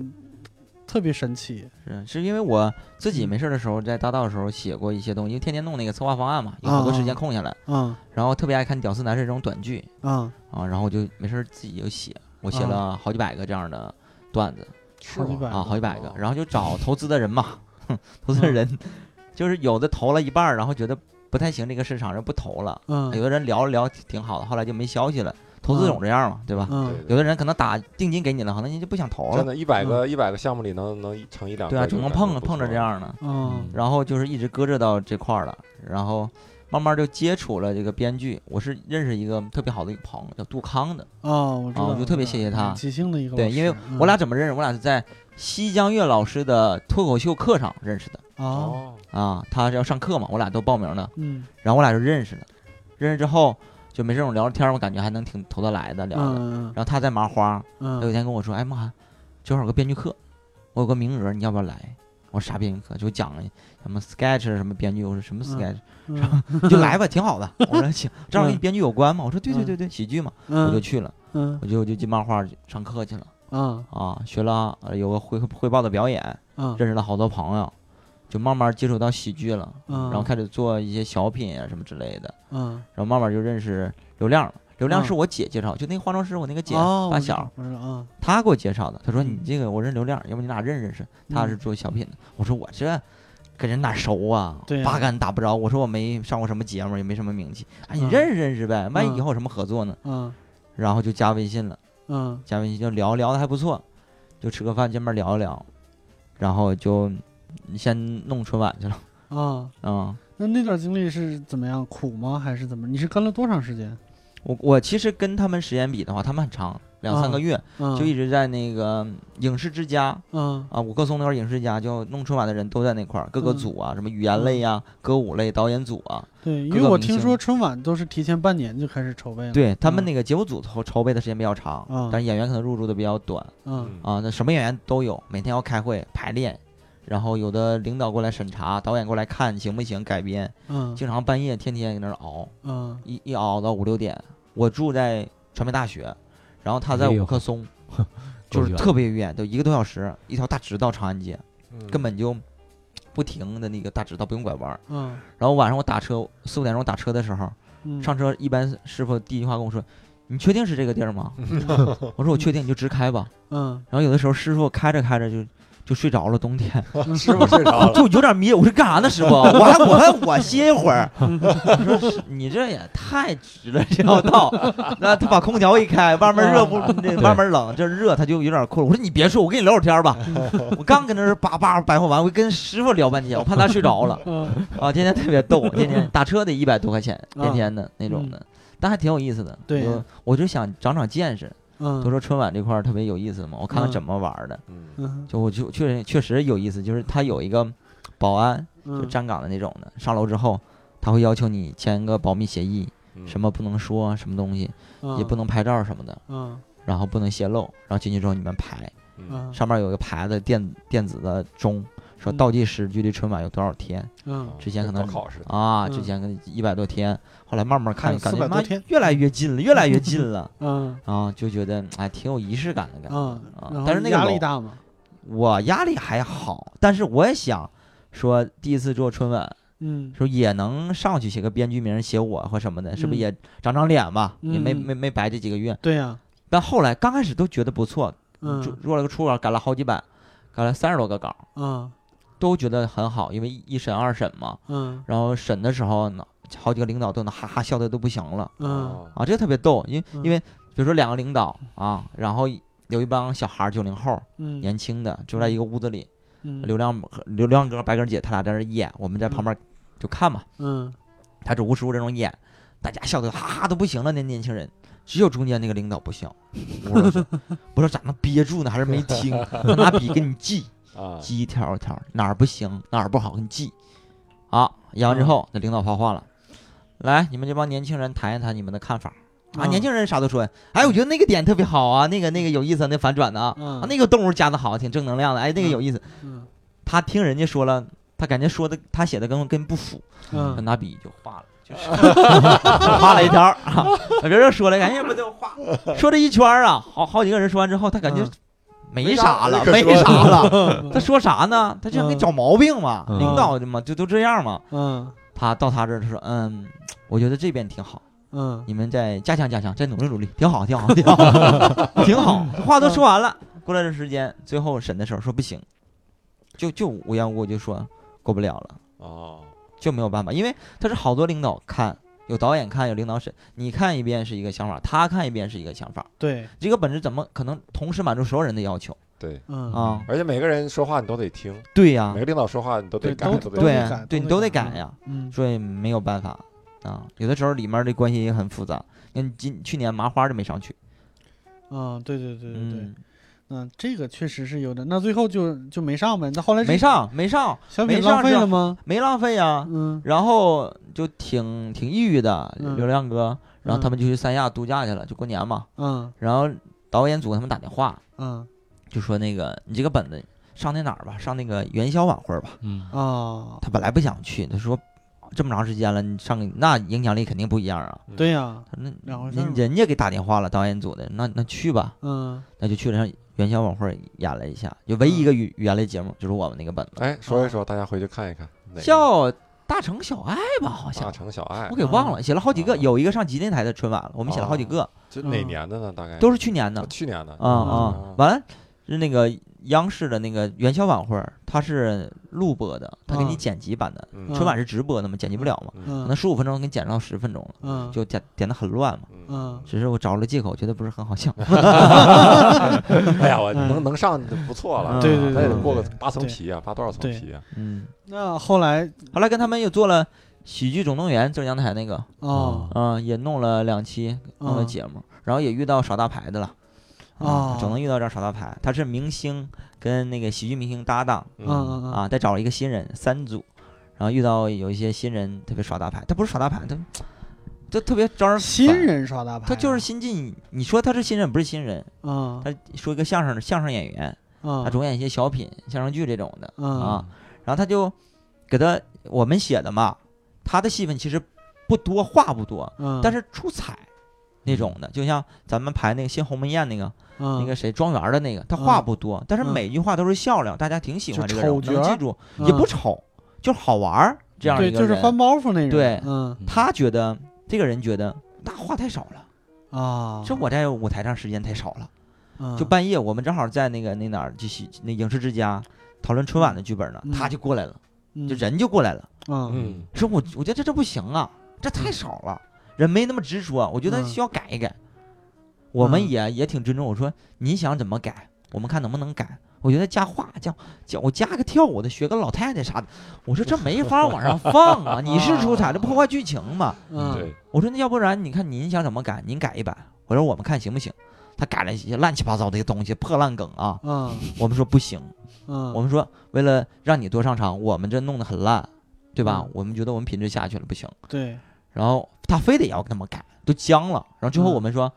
Speaker 1: 特别神奇
Speaker 2: 是是因为我自己没事儿的时候，在大道的时候写过一些东西，因为天天弄那个策划方案嘛，有好多时间空下来，
Speaker 1: 啊
Speaker 2: 然后特别爱看《屌丝男士》这种短剧
Speaker 1: 啊！
Speaker 2: 啊，然后我就没事儿自己就写，我写
Speaker 1: 啊
Speaker 2: 了好几百个这样的段子
Speaker 4: 是
Speaker 1: 好几百
Speaker 4: 吗？
Speaker 2: 啊，好几百个
Speaker 4: 哦，
Speaker 2: 然后就找投资的人嘛，哼，投资的
Speaker 1: 嗯
Speaker 2: 人就是有的投了一半儿，然后觉得不太行，这个市场人不投了，
Speaker 1: 嗯
Speaker 2: 有的人聊了聊挺好的，后来就没消息了，投资总这样嘛，啊对吧？
Speaker 1: 嗯，
Speaker 2: 有的人可能打定金给你了，可能人就不想投
Speaker 4: 真
Speaker 2: 了，
Speaker 4: 的，一百个一百个项目里能能成一两个，
Speaker 2: 对啊，就能碰
Speaker 4: 感觉不
Speaker 2: 碰着
Speaker 4: 错
Speaker 2: 这。样的，
Speaker 1: 嗯，
Speaker 2: 然后就是一直搁置到这块儿了，然后慢慢就接触了这个编剧。我是认识一个特别好的一个朋友叫杜康的，
Speaker 1: 哦，我知道，
Speaker 2: 啊我就特别谢谢他
Speaker 1: 即兴的一个老师，
Speaker 2: 对，因为
Speaker 1: 嗯
Speaker 2: 我俩怎么认识？我俩是在西江月老师的脱口秀课上认识的
Speaker 1: 啊，
Speaker 4: 哦，
Speaker 2: 啊，他是要上课嘛，我俩都报名了，
Speaker 1: 嗯
Speaker 2: 然后我俩就认识了，认识之后就没这种聊天儿，我感觉还能挺投得来的聊的。
Speaker 1: 嗯
Speaker 2: 然后他在麻花，他有一
Speaker 1: 嗯
Speaker 2: 天跟我说：“哎，梦涵，正好有个编剧课，我有个名额，你要不要来？”我说啥编剧课？就讲了什么 sketch 什么编剧，我说什么
Speaker 1: 嗯
Speaker 2: sketch，、
Speaker 1: 嗯
Speaker 2: 你就来吧，挺好的。我说行，正好跟
Speaker 1: 嗯
Speaker 2: 编剧有关嘛。我说对对对对，喜剧嘛，我就
Speaker 1: 嗯
Speaker 2: 去了，
Speaker 1: 嗯
Speaker 2: 我就就进漫画上课去了
Speaker 1: 嗯
Speaker 2: 啊，学了、呃有个汇汇报的表演，
Speaker 1: 嗯，
Speaker 2: 认识了好多朋友，就慢慢接触到喜剧了，
Speaker 1: 嗯
Speaker 2: 然后开始做一些小品啊什么之类的，
Speaker 1: 嗯
Speaker 2: 然后慢慢就认识刘亮了。刘亮
Speaker 1: 嗯
Speaker 2: 是我姐介绍，就那个化妆师，我那个姐
Speaker 1: 哦，
Speaker 2: 发小，
Speaker 1: 我知道，我
Speaker 2: 他给我介绍的，他说
Speaker 1: 嗯
Speaker 2: 你这个我认刘亮，要不你俩认认识？
Speaker 1: 嗯
Speaker 2: 他是做小品的。我说我这跟人哪熟啊，
Speaker 1: 对呀
Speaker 2: 八竿打不着。我说我没上过什么节目，也没什么名气。哎，你
Speaker 1: 嗯
Speaker 2: 认识认识呗，万一
Speaker 1: 嗯
Speaker 2: 以后有什么合作呢？
Speaker 1: 知道，嗯
Speaker 2: 然后就加微信了，
Speaker 1: 嗯
Speaker 2: 加微信就聊聊的还不错，就吃个饭见面聊一聊，然后就先弄春晚去了。
Speaker 1: 啊，
Speaker 2: 嗯，
Speaker 1: 那那段经历是怎么样？苦吗？还是怎么？你是跟了多长时间？
Speaker 2: 我我其实跟他们时间比的话，他们很长，两三
Speaker 1: 嗯
Speaker 2: 个月、
Speaker 1: 嗯，
Speaker 2: 就一直在那个影视之家。
Speaker 1: 嗯
Speaker 2: 啊，五棵松那块儿影视家就弄春晚的人都在那块儿，各个
Speaker 1: 嗯
Speaker 2: 组啊，什么语言类啊、歌舞类、导演组啊，
Speaker 1: 对，因
Speaker 2: 各
Speaker 1: 为
Speaker 2: 个
Speaker 1: 我
Speaker 2: 明
Speaker 1: 听
Speaker 2: 星
Speaker 1: 说春晚都是提前半年就开始筹备了，，
Speaker 2: 对他
Speaker 1: 嗯
Speaker 2: 们那个节目组筹筹备的时间比较长，
Speaker 1: 嗯
Speaker 2: 但是演员可能入驻的比较短
Speaker 1: 嗯
Speaker 2: 啊。那什么演员都有，每天要开会排练，然后有的领导过来审查，导演过来看行不行改编，
Speaker 1: 嗯
Speaker 2: 经常半夜天天搁那儿熬，
Speaker 1: 嗯
Speaker 2: 一一熬到五六点。我住在传媒大学，然后他在
Speaker 3: 哎
Speaker 2: 五
Speaker 3: 呦
Speaker 2: 棵松，就是
Speaker 3: 远
Speaker 2: 特别远，都一个多小时，一条大直道长安街。
Speaker 4: 嗯
Speaker 2: 根本就不停的那个大直道，不用拐弯儿。
Speaker 1: 嗯
Speaker 2: 然后晚上我打车四五点钟打车的时候，
Speaker 1: 嗯，
Speaker 2: 上车一般师傅第一句话跟我说：“你确定是这个地儿吗？”我说：“我确定，你就直开吧。
Speaker 1: 嗯”
Speaker 2: 然后有的时候师傅开着开着就就睡着了，冬天
Speaker 1: 嗯
Speaker 4: 师傅睡着了，
Speaker 2: 就有点迷。我说：“干啥呢，师 傅？我还我还我歇一会儿。” 我说：“你这也太直了，这条 道。”那他把空调一开，外面热不，那外面冷，这热他就有点困。我说：“你别睡，我跟你聊会儿天儿吧。” 我刚跟那儿叭叭白话完，我跟师傅聊半天，我怕他睡着了
Speaker 1: 嗯，
Speaker 2: 啊！天天特别 逗，天天打车得一百多块钱，
Speaker 1: 啊
Speaker 2: 天天的那种的，但还挺有意思的。
Speaker 1: 对
Speaker 2: 我，我就想长长见识。
Speaker 1: 嗯
Speaker 2: 都说春晚这块儿特别有意思嘛，我看看
Speaker 1: 嗯
Speaker 2: 怎么玩儿的。
Speaker 4: 嗯
Speaker 1: 嗯
Speaker 2: 就我就确实确实有意思，就是他有一个保安，就
Speaker 1: 嗯
Speaker 2: 站岗的那种的，上楼之后他会要求你签个保密协议，
Speaker 4: 嗯
Speaker 2: 什么不能说什么东西，也不能拍照什么的，
Speaker 1: 嗯
Speaker 2: 然后不能泄露。然后进去之后你们排，
Speaker 4: 嗯
Speaker 1: 嗯
Speaker 2: 上面有一个牌子，电电子的钟，说
Speaker 1: 嗯
Speaker 2: 倒计时距离春晚有多少天
Speaker 1: 嗯
Speaker 2: 之前可能
Speaker 4: 跟高考似的，
Speaker 2: 啊？
Speaker 1: 嗯
Speaker 2: 之前可能一百多天，后来慢慢
Speaker 1: 还
Speaker 2: 看，
Speaker 1: 有
Speaker 2: 感觉
Speaker 1: 400多
Speaker 2: 妈
Speaker 1: 天
Speaker 2: 越来越近了，越来 越近了
Speaker 1: 嗯
Speaker 2: 啊，就觉得哎挺有仪式感的感觉
Speaker 1: 嗯，然
Speaker 2: 啊
Speaker 1: 后。
Speaker 2: 但是那个
Speaker 1: 压力
Speaker 2: 楼
Speaker 1: 大嘛，
Speaker 2: 我压力还好，但是我也想说，第一次做春晚，
Speaker 1: 嗯
Speaker 2: 说也能上去写个编剧名，写我或什么的，是不是
Speaker 1: 嗯
Speaker 2: 也长长脸吧？也没
Speaker 1: 嗯
Speaker 2: 没没白这几个月。
Speaker 1: 对呀，
Speaker 2: 但后来刚开始都觉得不错，
Speaker 1: 嗯
Speaker 2: 就做了个初稿，改了好几版，改了三十多个稿。
Speaker 1: 嗯
Speaker 2: 都觉得很好，因为一一审二审嘛，
Speaker 1: 嗯
Speaker 2: 然后审的时候呢，好几个领导都能哈哈笑的都不行了
Speaker 1: 嗯
Speaker 4: 哦
Speaker 2: 啊，这个特别逗，因
Speaker 1: 嗯
Speaker 2: 因为比如说两个领导啊，然后有一帮小孩儿九零后
Speaker 1: 嗯
Speaker 2: 年啊轻的就在一个屋子里，
Speaker 1: 嗯
Speaker 2: 刘亮和刘亮哥白根姐他俩在那儿演，我们在旁边就看嘛，
Speaker 1: 嗯
Speaker 2: 他只无师傅这种演，大家笑的哈哈都不行了，那年轻人。只有中间那个领导不笑，我 说我说咋能憋住呢？还是没听，他拿笔给你记，
Speaker 4: 啊，
Speaker 2: 记一条一条，哪儿不行哪儿不好，给你记。啊，
Speaker 1: 嗯
Speaker 2: 演完之后，那领导发话了，来，你们这帮年轻人谈一谈你们的看法啊。
Speaker 1: 嗯
Speaker 2: 年轻人啥都说，哎，我觉得那个点特别好啊，那个那个有意思啊，那反转的啊，
Speaker 1: 嗯
Speaker 2: 啊那个动物加的好，挺正能量的，哎，那个有意思。
Speaker 1: 嗯
Speaker 2: 他听人家说了，他感觉说的他写的跟跟不符，他
Speaker 1: 嗯
Speaker 2: 拿笔就画了。就是画了一条儿啊，别人说了，感觉不就画，说这一圈儿啊，好好几个人说完之后，他感觉
Speaker 1: 嗯
Speaker 2: 没啥了，
Speaker 4: 没
Speaker 2: 没
Speaker 4: 啥可说的
Speaker 2: 啥 了，他说啥呢？他就想给
Speaker 1: 嗯
Speaker 2: 找毛病嘛，
Speaker 3: 嗯
Speaker 2: 领导嘛，就都这样嘛。
Speaker 1: 嗯
Speaker 2: 他到他这儿，他说，嗯，我觉得这边挺好，
Speaker 1: 嗯
Speaker 2: 你们再加强加强，再努力努力，挺好，挺好，挺好， 挺好。话都说完了，过了段时间，最后审的时候说不行，就就无缘无故就说过不了了，
Speaker 4: 哦，
Speaker 2: 就没有办法，因为他是好多领导看，有导演看，有领导审，你看一遍是一个想法，他看一遍是一个想法，
Speaker 1: 对，
Speaker 2: 这个本质怎么可能同时满足所有人的要求
Speaker 4: 对，
Speaker 1: 嗯，
Speaker 2: 啊？
Speaker 4: 而且每个人说话你都得听，
Speaker 2: 对呀
Speaker 4: 每、个领导说话你都得
Speaker 1: 对
Speaker 4: 改，
Speaker 1: 都都
Speaker 4: 都得
Speaker 2: 啊对
Speaker 1: 得
Speaker 2: 呀
Speaker 1: 改，
Speaker 2: 对你
Speaker 1: 都
Speaker 2: 都
Speaker 1: 得
Speaker 2: 得
Speaker 1: 改
Speaker 2: 改呀，
Speaker 1: 嗯，
Speaker 2: 所以没有办法啊。有的时候里面的关系也很复杂，像今去年麻花就没上去，
Speaker 1: 嗯，对对对对对，
Speaker 2: 嗯，
Speaker 1: 嗯，这个确实是有的。那最后就就没上呗？那后来是
Speaker 2: 没，上没上
Speaker 1: 小品
Speaker 2: 没上
Speaker 1: 浪费
Speaker 2: 是
Speaker 1: 了吗？
Speaker 2: 没浪费呀、
Speaker 1: 嗯
Speaker 2: 然后就挺挺抑郁的，
Speaker 1: 嗯
Speaker 2: 流量哥，然后
Speaker 1: 嗯
Speaker 2: 他们就去三亚度假去了，就过年嘛。
Speaker 1: 嗯
Speaker 2: 然后导演组给他们打电话，
Speaker 1: 嗯
Speaker 2: 就说那个你这个本子上那哪儿吧，上那个元宵晚会吧。
Speaker 3: 嗯，
Speaker 1: 啊，
Speaker 2: 他本来不想去，他说这么长时间了，你上个那影响力肯定不一样啊。
Speaker 1: 对呀，
Speaker 2: 他说
Speaker 1: 两
Speaker 2: 那
Speaker 1: 回事儿
Speaker 2: 人
Speaker 1: 嘛
Speaker 2: 人家给打电话了，导演组的，那那去吧，
Speaker 1: 嗯
Speaker 2: 那就去了。上元宵晚会演了一下，就唯一一个语语言类节目，就是我们那个本子，
Speaker 4: 哎，说
Speaker 2: 啊
Speaker 4: 一说，大家回去看一看，哪个
Speaker 2: 叫《大城小爱》吧，好
Speaker 4: 大
Speaker 2: 像
Speaker 4: 城小爱
Speaker 2: 我，给忘了，写了好几个，
Speaker 4: 啊哦哎
Speaker 2: 有一个上吉林台的春晚了，我们写了好几个，
Speaker 4: 这哪年的呢？大概
Speaker 2: 嗯都是去年的
Speaker 4: 哦去年的
Speaker 2: 啊啊
Speaker 4: 嗯。
Speaker 2: 完了是那个央视的那个元宵晚会，它是录播的，它给你
Speaker 1: 啊
Speaker 2: 剪辑版的，
Speaker 4: 嗯
Speaker 1: 嗯
Speaker 2: 春晚是直播的嘛，剪辑不了嘛，
Speaker 4: 嗯
Speaker 2: 可
Speaker 1: 嗯
Speaker 2: 能十五分钟给你剪到十分钟了，
Speaker 1: 嗯，
Speaker 2: 就剪剪的很乱嘛。
Speaker 4: 嗯
Speaker 1: 嗯
Speaker 2: 只是我找了个借口，觉得不是很好笑。
Speaker 4: 哎呀，我
Speaker 1: 嗯
Speaker 4: 能能上就不错了，啊
Speaker 2: 嗯对
Speaker 1: 对对
Speaker 4: 咱也得
Speaker 1: 对
Speaker 4: 过个
Speaker 1: 对
Speaker 4: 扒层
Speaker 1: 对
Speaker 4: 皮啊，扒多少层
Speaker 1: 对
Speaker 4: 皮啊？
Speaker 2: 嗯，
Speaker 1: 那后来
Speaker 2: 后来跟他们又做了《喜剧总动员》，浙江台那个，
Speaker 1: 哦
Speaker 2: 嗯、也弄了两期弄了
Speaker 1: 嗯
Speaker 2: 节目，然后也遇到耍大牌的了，啊
Speaker 1: 哦，
Speaker 2: 总能遇到点耍大牌。他是明星跟那个喜剧明星搭档
Speaker 1: 嗯嗯嗯
Speaker 2: 啊，再找了一个新人三组，然后遇到有一些新人特别耍大牌，他不是耍大牌，他就特别招人
Speaker 1: 嗯，
Speaker 2: 烦
Speaker 1: 新，人刷大牌啊，
Speaker 2: 他就是新进。你说他是新人不是新人？
Speaker 1: 嗯
Speaker 2: 他说一个相声的相声演员，
Speaker 1: 嗯
Speaker 2: 他总演一些小品、相声剧这种的
Speaker 1: 嗯
Speaker 2: 啊，然后他就给他我们写的嘛，他的戏份其实不多，话不多，
Speaker 1: 嗯，
Speaker 2: 但是出彩那种的，就像咱们排那个《新鸿门宴》那个
Speaker 1: 那
Speaker 2: 那个谁庄园的那个，他话
Speaker 1: 嗯
Speaker 2: 不多，但是
Speaker 1: 嗯
Speaker 2: 每句话都是笑料，大家挺喜欢
Speaker 1: 就
Speaker 2: 这个人，
Speaker 1: 丑
Speaker 2: 能
Speaker 1: 角
Speaker 2: 记住也不丑，就是好玩儿嗯这样
Speaker 1: 嗯对，
Speaker 2: 一个
Speaker 1: 就是
Speaker 2: 人。
Speaker 1: 翻包袱那种，
Speaker 2: 对
Speaker 1: 嗯
Speaker 2: 他觉得这个人觉得那话太少了，
Speaker 1: 啊，
Speaker 2: 这我在舞台上时间太少了。
Speaker 1: 嗯
Speaker 2: 就半夜我们正好在那个那哪儿就喜那影视之家讨论春晚的剧本呢，
Speaker 1: 嗯
Speaker 2: 他就过来了，
Speaker 1: 嗯
Speaker 2: 就人就过来了。
Speaker 1: 嗯
Speaker 4: 嗯
Speaker 2: 说我我觉得这这不行啊，这太少了，人没那么执着，我觉得
Speaker 1: 嗯
Speaker 2: 需要改一改。我们
Speaker 1: 嗯
Speaker 2: 也也挺尊重，我说您想怎么改，我们看能不能改。我觉得加话加加我加个跳舞的，学个老太太啥的，我说这没法往上放啊，你是 出彩，这破坏剧情嘛。
Speaker 1: 嗯
Speaker 4: 对，
Speaker 2: 我说那要不然你看您想怎么改，您改一版，我说我们看行不行。他改了一些乱七八糟的一个东西，破烂梗啊，
Speaker 1: 嗯
Speaker 2: 我们说不行，
Speaker 1: 嗯，
Speaker 2: 我们说为了让你多上场，我们这弄得很烂，对吧？
Speaker 1: 嗯
Speaker 2: 我们觉得我们品质下去了，不行。
Speaker 1: 对
Speaker 2: 然后他非得要那么改，都僵了。然后最后
Speaker 1: 嗯
Speaker 2: 我们说，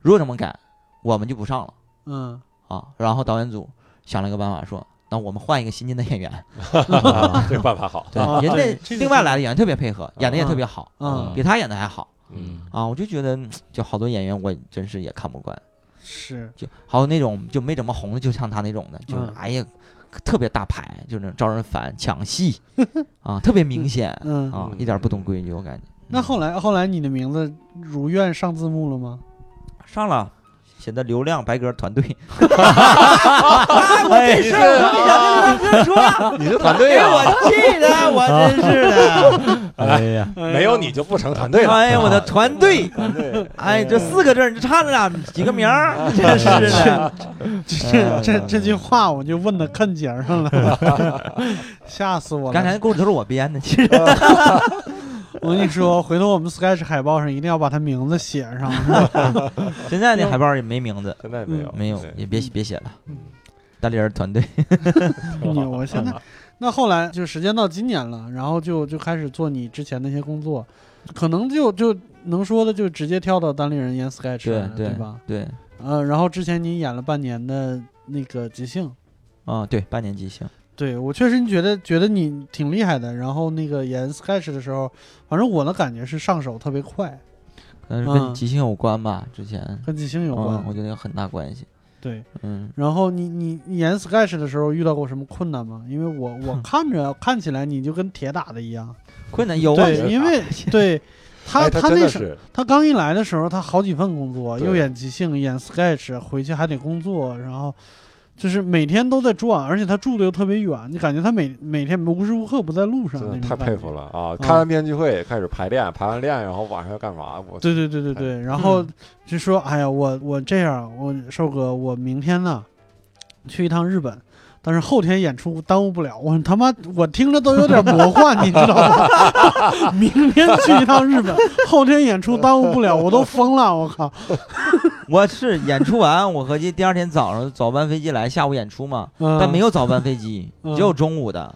Speaker 2: 如果这么改，我们就不上了
Speaker 1: 嗯
Speaker 2: 啊。然后导演组想了一个办法说，那我们换一个新进的演 员，
Speaker 4: 啊这个办法好，
Speaker 2: 对，
Speaker 1: 啊对
Speaker 2: 人
Speaker 1: 这
Speaker 2: 家
Speaker 1: 个
Speaker 2: 另外来的演员特别配合，演的也特别好，
Speaker 1: 嗯
Speaker 2: 比他演的还好
Speaker 4: 嗯
Speaker 3: 嗯
Speaker 2: 啊。我就觉得，嗯就好多演员我真是也看不惯，
Speaker 1: 是
Speaker 2: 就还有那种就没怎么红的，就像他那种的，就是
Speaker 1: 嗯
Speaker 2: 哎呀，特别大牌，就那种招人烦，抢戏啊，特别明显
Speaker 1: 嗯。
Speaker 2: 啊，
Speaker 4: 嗯
Speaker 2: 一点不懂规矩，我感觉。
Speaker 1: 那后来后来你的名字如愿上字幕了吗？
Speaker 2: 上了，写的流量白鸽团队。 哎，我这事儿我想跟他们说，
Speaker 4: 你是团队
Speaker 2: 给哎我
Speaker 4: 啊，
Speaker 2: 气 的，我真是的。
Speaker 3: 哎呀，
Speaker 4: 啊没有你就不成团队了。啊
Speaker 2: 哎呀，我的团队，
Speaker 4: 团队，
Speaker 2: 哎，这四个字儿你就差了俩几个名 儿，真是的。
Speaker 1: 这
Speaker 2: 呃
Speaker 1: 这这句话我就问到坑节儿上了， 吓死我了！
Speaker 2: 刚才那故事都是我编的，其实
Speaker 1: 我跟你说，回头我们 Sketch 海报上一定要把他名字写上，是吧
Speaker 2: 现在那海报也没名字，
Speaker 4: 现在没有，
Speaker 2: 嗯没有
Speaker 4: 对，
Speaker 2: 也别别写了。大连人团队，
Speaker 1: 你哎我现
Speaker 2: 嗯
Speaker 1: 在，那后来就时间到今年了，然后就就开始做你之前那些工作，可能就就能说的就直接跳到单立人演 Sketch
Speaker 2: 啊对
Speaker 1: 了对吧？
Speaker 2: 对，
Speaker 1: 呃，然后之前你演了半年的那个即兴，
Speaker 2: 啊对，八年级行，
Speaker 1: 对我确实觉得觉得你挺厉害的。然后那个演 Sketch 的时候，反正我的感觉是上手特别快，
Speaker 2: 可能
Speaker 1: 嗯
Speaker 2: 是呃跟即兴有关吧，之前
Speaker 1: 跟即兴有关。
Speaker 2: 嗯，我觉得有很大关系。
Speaker 1: 对，
Speaker 2: 嗯，
Speaker 1: 然后你你你演 Sketch 的时候遇到过什么困难吗？因为我 我看着看起来你就跟铁打的一样，
Speaker 2: 困难有啊，
Speaker 1: 对，因为对。他
Speaker 4: 哎
Speaker 1: 他
Speaker 4: 真
Speaker 1: 那
Speaker 4: 的
Speaker 1: 时候
Speaker 4: 是，
Speaker 1: 他刚一来的时候，他好几份工作，
Speaker 4: 对
Speaker 1: 又演即兴，演 sketch，回去还得工作，然后就是每天都在转，而且他住的又特别远，你感觉他每每天无时无刻不在路上
Speaker 4: 真，的
Speaker 1: 那种
Speaker 4: 太
Speaker 1: 感
Speaker 4: 佩
Speaker 1: 觉
Speaker 4: 服。了啊！
Speaker 2: 嗯
Speaker 4: 开完编剧会开始排练，排完练然后晚上要干嘛？我
Speaker 1: 对对对对
Speaker 2: 哎
Speaker 1: 对，然后
Speaker 2: 嗯
Speaker 1: 就说：“哎呀，我我这样，我瘦哥，我明天呢去一趟日本，但是后天演出耽误不了。”我他妈我听着都有点魔幻，你知道吗？ 明天去一趟日本，后天演出耽误不了，我都疯了！我 靠，
Speaker 2: 我是演出完，我合计第二天早上早班飞机来，下午演出嘛，
Speaker 1: 嗯、
Speaker 2: 但没有早班飞机，
Speaker 1: 嗯
Speaker 2: 只有中午的，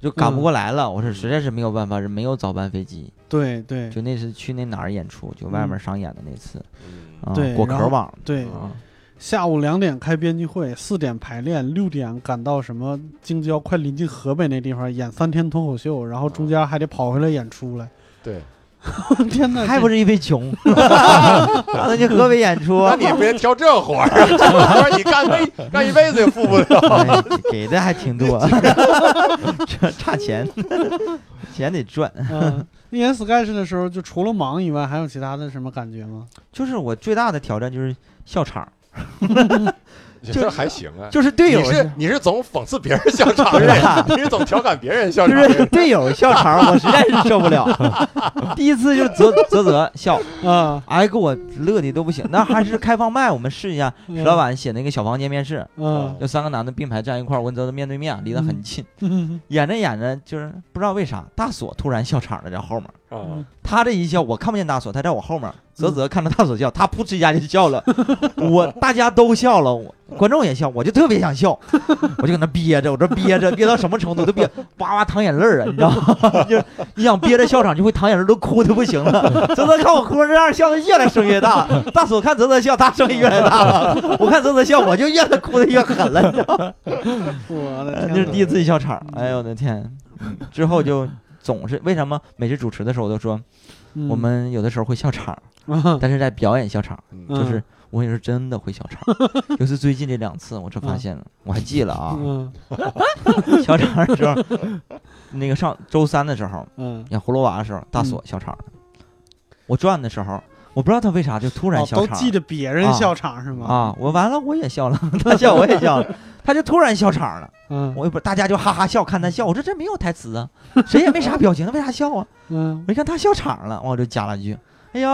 Speaker 2: 就赶不过来了。我是实在是没有办法，是没有早班飞机。
Speaker 1: 对对
Speaker 2: 就那次去那哪儿演出，就外面
Speaker 1: 嗯
Speaker 2: 商演的那次，
Speaker 4: 嗯
Speaker 2: 啊
Speaker 1: 对
Speaker 2: 果
Speaker 1: 然
Speaker 2: 壳
Speaker 1: 后
Speaker 2: 网
Speaker 1: 对，
Speaker 2: 啊，
Speaker 1: 下午两点开编辑会，四点排练，六点赶到什么京郊，快临近河北那地方演三天脱口秀，然后
Speaker 2: 嗯
Speaker 1: 中间还得跑回来演出来。
Speaker 4: 对，
Speaker 1: 天哪，
Speaker 2: 还
Speaker 1: 这
Speaker 2: 不是因 为穷，让他去河北演出
Speaker 4: 那，你别挑这活儿，这 活儿你干一干一辈子也富不了。
Speaker 2: 哎给的还 挺多，这差钱，钱得赚。
Speaker 1: 嗯，你演 sketch 的时候，就除了忙以外，还有其他的什么感觉吗？
Speaker 2: 就是我最大的挑战就是笑场，
Speaker 4: 你这还行啊，
Speaker 2: 就是队友
Speaker 4: 你是你是总讽刺别人笑场
Speaker 2: 不是啊
Speaker 4: 人，你是总调侃别人笑
Speaker 2: 就
Speaker 4: 场
Speaker 2: 是
Speaker 4: 人。
Speaker 2: 队友笑场，我实在是受不了。 第一次就是啧啧啧笑，
Speaker 1: 啊，
Speaker 2: 哎，给我乐的都不行。那还是开放麦，我们试一下。石
Speaker 4: 嗯
Speaker 2: 老板写那个小房间面试，
Speaker 1: 嗯，
Speaker 2: 就三个男的并排站一块儿，文泽的面对面，离得很近。
Speaker 1: 嗯，
Speaker 2: 演着演着，就是不知道为啥，大锁突然笑场了，在后面。
Speaker 4: 啊，
Speaker 2: 他这一笑，我看不见大锁，他在我后面。
Speaker 1: 嗯
Speaker 2: 泽泽看着大锁笑，他噗嗤一下就笑了， 我大家都笑了，我观众也笑，我就特别想笑， 我就搁那憋着，我这憋着 憋到什么程度都憋，哇哇淌眼泪儿啊，你知道吗？ 就是你想憋着笑场就会淌眼泪，都哭的不 行了。泽泽看我哭成这样，笑的越来声越大，大锁看泽泽笑，他声音越来越大了，我看泽泽笑，我就越哭的越狠了，你知道吗？
Speaker 1: 我的 天
Speaker 2: 那呃是
Speaker 1: 哪，
Speaker 2: 第一次笑场，哎呦我的天！嗯之后就总是为什么每次主持的时候我都说。
Speaker 1: 嗯
Speaker 2: 我们有的时候会笑场，
Speaker 1: 啊
Speaker 2: 但是在表演笑场，
Speaker 1: 嗯
Speaker 2: 就是我有时候真的会笑场。 就是最近这两次，我这发现了，我还记了啊，
Speaker 1: 嗯
Speaker 2: 笑场的 时候，那个上周三的时候
Speaker 1: 嗯，
Speaker 2: 演葫芦娃的时候，大锁笑场了。我转的时候，我不知道他为啥就突然
Speaker 1: 哦
Speaker 2: 笑
Speaker 1: 都
Speaker 2: 场
Speaker 1: 记
Speaker 2: 了
Speaker 1: 得别人笑场是吗？
Speaker 2: 啊！我完了，我也笑了， 他笑我也笑了，他就突然笑场了。
Speaker 1: 嗯
Speaker 2: 我也不，大家就哈哈笑，看他笑。我说这没有台词啊，谁也没啥表情，他为啥笑啊？
Speaker 1: 嗯
Speaker 2: 我一看他笑场了，我就加了一句：“哎呦，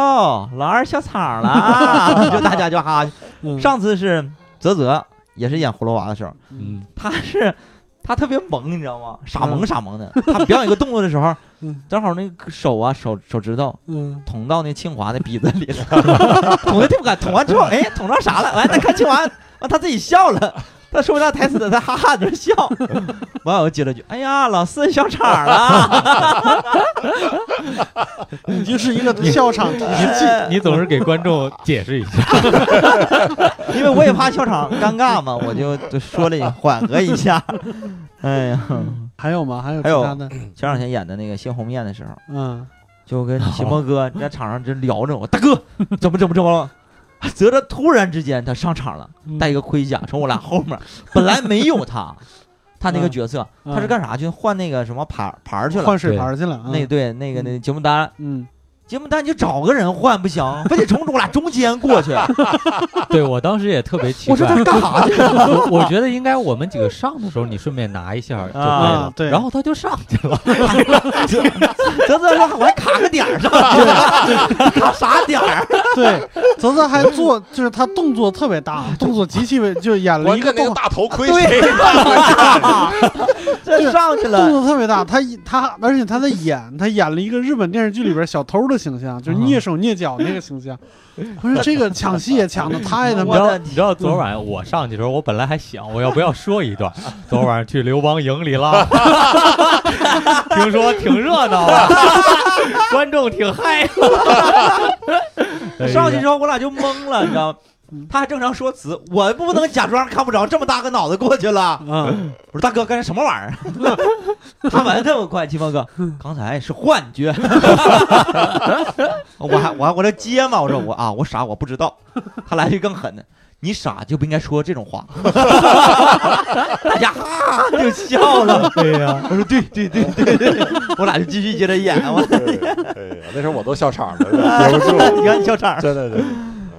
Speaker 2: 老二笑场了啊！”就大家就哈哈。
Speaker 1: 嗯，
Speaker 2: 上次是泽泽，也是演葫芦娃的时候，
Speaker 3: 嗯，
Speaker 2: 他是他特别萌，你知道吗？傻萌傻萌的。他表演一个动作的时候
Speaker 1: 嗯，
Speaker 2: 正好那个手啊手手指头
Speaker 1: 嗯
Speaker 2: 捅到那清华的鼻子里了， 捅的不敢，捅完之后，哎，捅着啥了？完，他看清华，完他自己笑了。他说不上台词的，他哈哈在那笑。 完，我接了句：“哎呀，老四笑场了。
Speaker 1: 你就是一个 笑场提示器。
Speaker 2: 哎
Speaker 3: 你总是给观众解释一 下，
Speaker 2: 因为我也怕笑场尴 尬嘛，我就就说了一缓和一下。哎呀，
Speaker 1: 还有吗？还有其
Speaker 2: 还有
Speaker 1: 他 的？
Speaker 2: 前两天演的那个谢鸿面的时候，
Speaker 1: 嗯
Speaker 2: 就跟秦博哥在场上就聊着我， 大哥怎么怎么着了？泽泽突然之间他上场了，
Speaker 1: 嗯
Speaker 2: 带一个盔甲从我俩后面，本来没有他，他那个角色
Speaker 1: 嗯
Speaker 2: 他是干啥去？换那个什么牌牌儿去了？
Speaker 1: 换水牌去了啊。
Speaker 2: 那对那个那节目单。
Speaker 1: 嗯
Speaker 2: 节目单你就找个人换不行，非得从我俩中间 过去。
Speaker 3: 对我当时也特别奇
Speaker 2: 我说他
Speaker 3: 怪，
Speaker 2: 干啥去？
Speaker 3: 我我觉得应该我们几个上的时候你顺便拿一下就可以
Speaker 2: 啊
Speaker 3: 了，
Speaker 1: 对
Speaker 3: 然后他就上去了，
Speaker 2: 泽泽说我还卡个点儿 上，卡啥点儿？啊
Speaker 1: 对，泽泽还做，就是他动作特别大，动作极其为，就演了
Speaker 4: 我
Speaker 1: 一
Speaker 4: 这
Speaker 1: 个
Speaker 4: 那
Speaker 1: 动
Speaker 4: 个大头盔，
Speaker 2: 对啊
Speaker 4: 谁看过去
Speaker 2: 这上去
Speaker 1: 动
Speaker 2: 了，
Speaker 1: 作特别大，他一他而且他在演，他演了一个日本电视剧里边小偷的形象，
Speaker 2: 嗯
Speaker 1: 就是蹑手蹑脚那个形 象。不是这个抢戏也抢的太他妈
Speaker 3: 你知
Speaker 2: 我
Speaker 3: 道
Speaker 2: 的
Speaker 3: 你知道昨晚我上去的时候，我本来还想我要不要说一段，昨晚去刘邦营里了，听说挺热闹啊，观众挺嗨。哎
Speaker 2: 上去之后我俩就懵了，你知道吗？他还正常说辞，我不能假装看不着，这么大个脑袋过去了。
Speaker 1: 嗯，
Speaker 2: 我说大哥，干什么玩意儿？ 他完这么快，秦风哥，刚才是幻觉。我还我还我这接嘛，我说我啊我傻我不知道。他来句更狠的，你傻就不应该说这种话。 大家哈哈就笑了。
Speaker 3: 对呀、
Speaker 2: 我说对对对对对，我俩就继续接着演。我 啊
Speaker 4: 对哎呀，那时候我都笑场了，憋不住，
Speaker 2: 你看你笑场，
Speaker 4: 真的真的。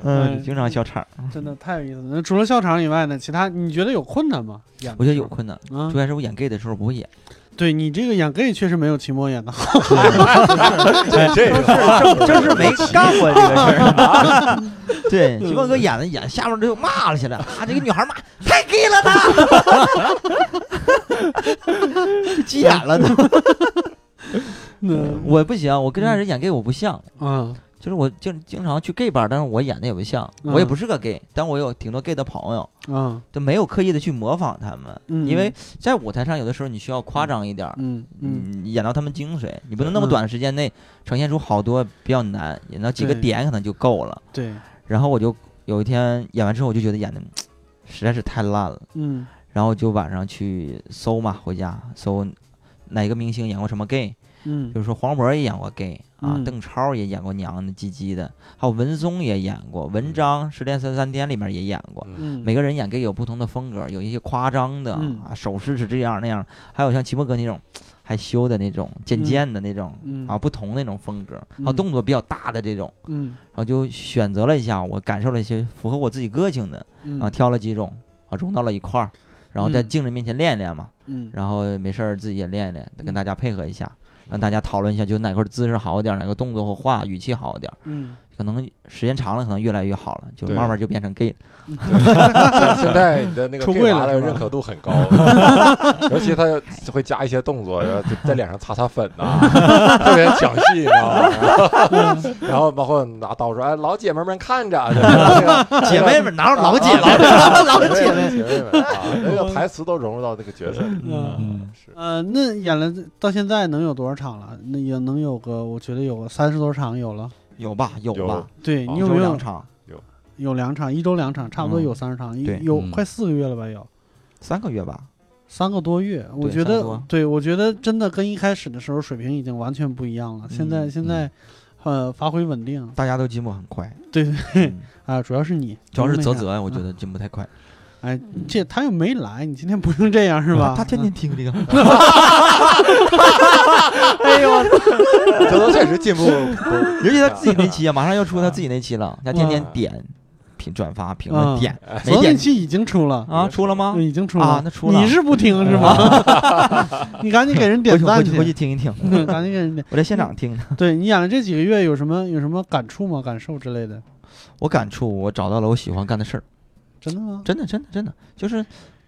Speaker 2: 嗯，
Speaker 1: 嗯
Speaker 2: 经常笑场。
Speaker 1: 真的太有意思了。那除了笑场以外呢，其他你觉得有困难吗？演的
Speaker 2: 我觉得有
Speaker 1: 时
Speaker 2: 困难，
Speaker 1: 候啊
Speaker 2: 主，要是我演 gay 的时候不会演，
Speaker 1: 对你这个演 gay 确实没有秦墨演的好。
Speaker 2: 哎
Speaker 4: 这这 个
Speaker 2: 正正啊是没干过这个事 儿。啊对，秦墨哥演的演，下面就骂了起来，啊，这个女孩骂太 gay 了， 她就急眼了都。
Speaker 1: 嗯
Speaker 2: 我不行，我跟这人演 gay 我不像，
Speaker 1: 啊
Speaker 2: 就是我经经常去 gay 吧，但是我演的也不像，
Speaker 1: 嗯
Speaker 2: 我也不是个 gay，但我有挺多 gay 的朋友，
Speaker 1: 啊，
Speaker 2: 就没有刻意的去模仿他们，
Speaker 1: 嗯
Speaker 2: 因为在舞台上有的时候你需要夸张一点儿。
Speaker 1: 嗯嗯
Speaker 2: 嗯，演到他们精髓，你不能那么
Speaker 1: 嗯
Speaker 2: 短时间内呈现出好多，比较难，演到几个
Speaker 1: 对
Speaker 2: 点可能就够了。
Speaker 1: 对，
Speaker 2: 然后我就有一天演完之后，我就觉得演的实在是太烂了，
Speaker 1: 嗯
Speaker 2: 然后就晚上去搜嘛，回家搜哪个明星演过什么 gay，
Speaker 1: 嗯
Speaker 2: 比如说黄渤也演过 gay 啊，
Speaker 1: 嗯
Speaker 2: 邓超也演过娘的唧唧的，还有文松也演过，文章《失恋三十三天》里面也演过。
Speaker 1: 嗯，
Speaker 2: 每个人演 gay 有不同的风格，有一些夸张的、
Speaker 1: 嗯
Speaker 2: 啊，手势是这样那样，还有像齐墨哥那种害羞的那种、渐
Speaker 1: 嗯
Speaker 2: 渐的那种、
Speaker 1: 嗯
Speaker 2: 啊，不同那种风格，还有
Speaker 1: 嗯
Speaker 2: 动作比较大的这种。
Speaker 1: 嗯
Speaker 2: 然后就选择了一下，我感受了一些符合我自己个性的
Speaker 1: 嗯
Speaker 2: 啊，挑了几种啊，融到了一块儿，然后在
Speaker 1: 嗯
Speaker 2: 镜子面前练一练嘛，
Speaker 1: 嗯
Speaker 2: 然后没事儿自己也练一练，跟
Speaker 1: 嗯
Speaker 2: 大家配合一下，让大家讨论一下，就哪块儿姿势好一点儿，哪个动作或话语气好一点儿，
Speaker 1: 嗯
Speaker 2: 可能时间长了，可能越来越好了，就
Speaker 4: 对
Speaker 2: 慢慢就变成 gay 了。
Speaker 1: 嗯
Speaker 4: 现在你的那个
Speaker 1: 出
Speaker 4: gay
Speaker 1: 柜
Speaker 4: 娃
Speaker 1: 了
Speaker 4: 的
Speaker 1: 是吧
Speaker 4: 认可度很高，尤其他会加一些动作，然后就在脸上擦擦粉呐，特别抢戏，你知道吗？然后包括拿刀说：“哎，老姐妹们看着，啊就是那个
Speaker 2: 姐妹们，哪有老姐妹？
Speaker 4: 老姐妹姐妹们啊，那个台词都融入到这个角色里。
Speaker 1: 嗯
Speaker 3: 嗯，
Speaker 4: 是
Speaker 1: 呃，那演了到现在能有多少场了？那也能有个，我觉得有个三十多场有了。
Speaker 2: 有吧有
Speaker 4: 有
Speaker 2: 吧，
Speaker 1: 对
Speaker 4: 哦
Speaker 1: 你
Speaker 2: 一
Speaker 1: 有
Speaker 2: 周
Speaker 1: 没
Speaker 2: 两
Speaker 1: 有
Speaker 2: 场，
Speaker 1: 有两场，一周两场，差不多有三十场，一
Speaker 2: 对
Speaker 1: 有
Speaker 3: 嗯
Speaker 1: 快四个月了吧？有
Speaker 2: 三个月吧，
Speaker 1: 三个多月，我
Speaker 2: 对
Speaker 1: 觉
Speaker 2: 三个
Speaker 1: 得
Speaker 2: 多，
Speaker 1: 对我觉得真的跟一开始的时候水平已经完全不一样了。现在
Speaker 2: 嗯
Speaker 1: 现在，呃，发挥稳定，
Speaker 2: 大家都进步很快。
Speaker 1: 对对
Speaker 2: 嗯
Speaker 1: 啊，主要是你，
Speaker 2: 主要是
Speaker 1: 那
Speaker 2: 泽
Speaker 1: 啥
Speaker 2: 泽，我觉
Speaker 1: 啊
Speaker 2: 得进步太快，
Speaker 1: 哎，这他又没来，你今天不用这样是吧？
Speaker 2: 啊他天天听这个，
Speaker 4: 这都确实进步不，
Speaker 2: 尤其他自己那期啊，马上要出他自己那期了，他天天点评、转发、评论、
Speaker 1: 嗯
Speaker 2: 点，
Speaker 1: 昨
Speaker 2: 没
Speaker 1: 天那
Speaker 2: 点
Speaker 1: 期已经出了，
Speaker 2: 啊？出了吗？
Speaker 1: 已经出了，
Speaker 2: 啊，那出了。
Speaker 1: 你是不听是吗？ 你赶紧给人
Speaker 2: 回
Speaker 1: 点
Speaker 2: 去回
Speaker 1: 赞
Speaker 2: 去回去听一听，
Speaker 1: 嗯赶紧给人点。
Speaker 2: 我在现场听的。
Speaker 1: 对你演了这几个月有什么有什么感触吗？感受之类的？
Speaker 2: 我感触，我找到了我喜欢干的事儿，
Speaker 1: 真的吗？
Speaker 2: 真的，真的，真的，就是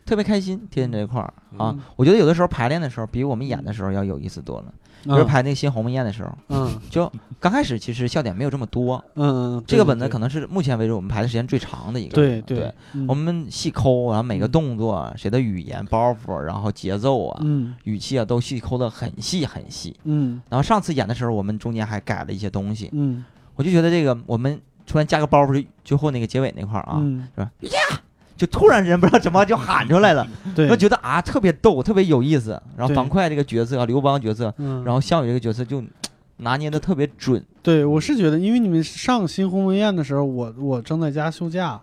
Speaker 2: 特别开心。天天这一块儿啊
Speaker 1: 嗯，
Speaker 2: 我觉得有的时候排练的时候比我们演的时候要有意思多了。比如排那个《新鸿门宴》的时候，
Speaker 1: 嗯
Speaker 2: 就刚开始其实笑点没有这么多，
Speaker 1: 嗯嗯，
Speaker 2: 这个本子可能是目前为止我们排的时间最长的一个。
Speaker 1: 对嗯
Speaker 2: 对
Speaker 1: 对，
Speaker 2: 我们细抠，然后每个
Speaker 1: 嗯
Speaker 2: 动作、谁的语言包袱，然后节奏啊，
Speaker 1: 嗯
Speaker 2: 语气啊都细抠的很细很细。
Speaker 1: 嗯
Speaker 2: 然后上次演的时候，我们中间还改了一些东西，
Speaker 1: 嗯
Speaker 2: 我就觉得这个我们突然加个包袱，就最后那个结尾那块儿啊，
Speaker 1: 嗯，
Speaker 2: 就突然人不知道怎么就喊出来了，
Speaker 1: 对
Speaker 2: 然后，觉得啊特别逗，特别有意思。然后
Speaker 1: 对
Speaker 2: 樊哙这个角色，刘邦角色，
Speaker 1: 嗯，
Speaker 2: 然后项羽这个角色就拿捏的特别准，
Speaker 1: 对我是觉得，因为你们上新鸿门宴的时候，我我正在家休假。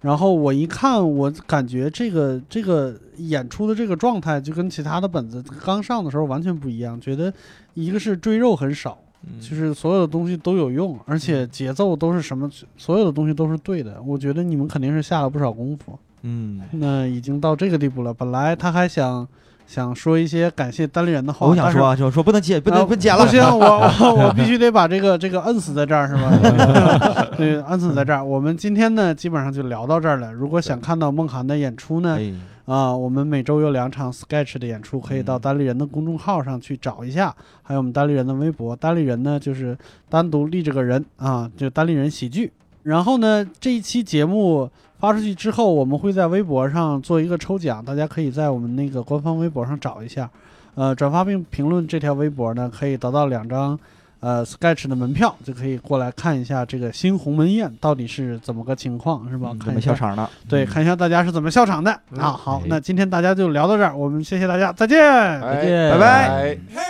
Speaker 1: 然后我一看，我感觉这个这个演出的这个状态就跟其他的本子刚上的时候完全不一样。觉得一个是赘肉很少，
Speaker 2: 嗯
Speaker 1: 就是所有的东西都有用，而且节奏都是什么，所有的东西都是对的。我觉得你们肯定是下了不少功夫。
Speaker 2: 嗯。
Speaker 1: 那已经到这个地步了，本来他还想想说一些感谢单立人的话，
Speaker 2: 我想
Speaker 1: 但是
Speaker 2: 说，啊，就说不能接，不
Speaker 1: 啊
Speaker 2: 能不剪了
Speaker 1: 不。行，我 我我必须得把这个这个摁死在这儿是 吧？对，摁死在这儿。我们今天呢，基本上就聊到这儿了。如果想看到梦涵的演出呢，
Speaker 2: 哎，
Speaker 1: 啊，我们每周有两场 Sketch 的演出，可以到
Speaker 2: 嗯
Speaker 1: 单立人的公众号上去找一下，还有我们单立人的微博。单立人呢，就是单独立这个人啊，就单立人喜剧。然后呢，这一期节目发出去之后，我们会在微博上做一个抽奖，大家可以在我们那个官方微博上找一下，呃，转发并评论这条微博呢，可以得到两张。呃，Sketch 的门票就可以过来看一下这个新鸿门宴到底是怎么个情况，是吧？
Speaker 2: 嗯怎
Speaker 1: 看
Speaker 2: 么
Speaker 1: 一下
Speaker 2: 笑场了？
Speaker 1: 对，
Speaker 2: 嗯
Speaker 1: 看一下大家是怎么笑场的、
Speaker 4: 嗯
Speaker 1: 啊。好
Speaker 3: 哎，
Speaker 1: 那今天大家就聊到这儿，我们谢谢大家，再见。
Speaker 4: 哎
Speaker 3: 见
Speaker 4: 拜拜。
Speaker 5: Hey,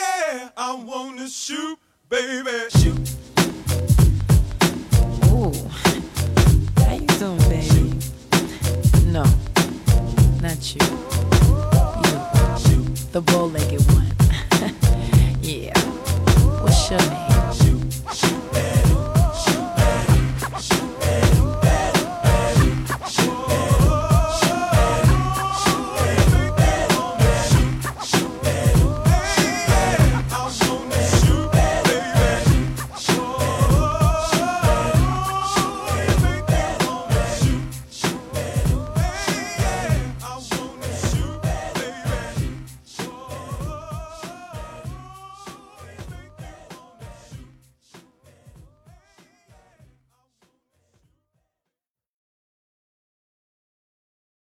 Speaker 5: yeah, I wanna shoot, baby. Shoot.
Speaker 7: Ooh. How you doing, baby? No, not you. You, the bow-legged one.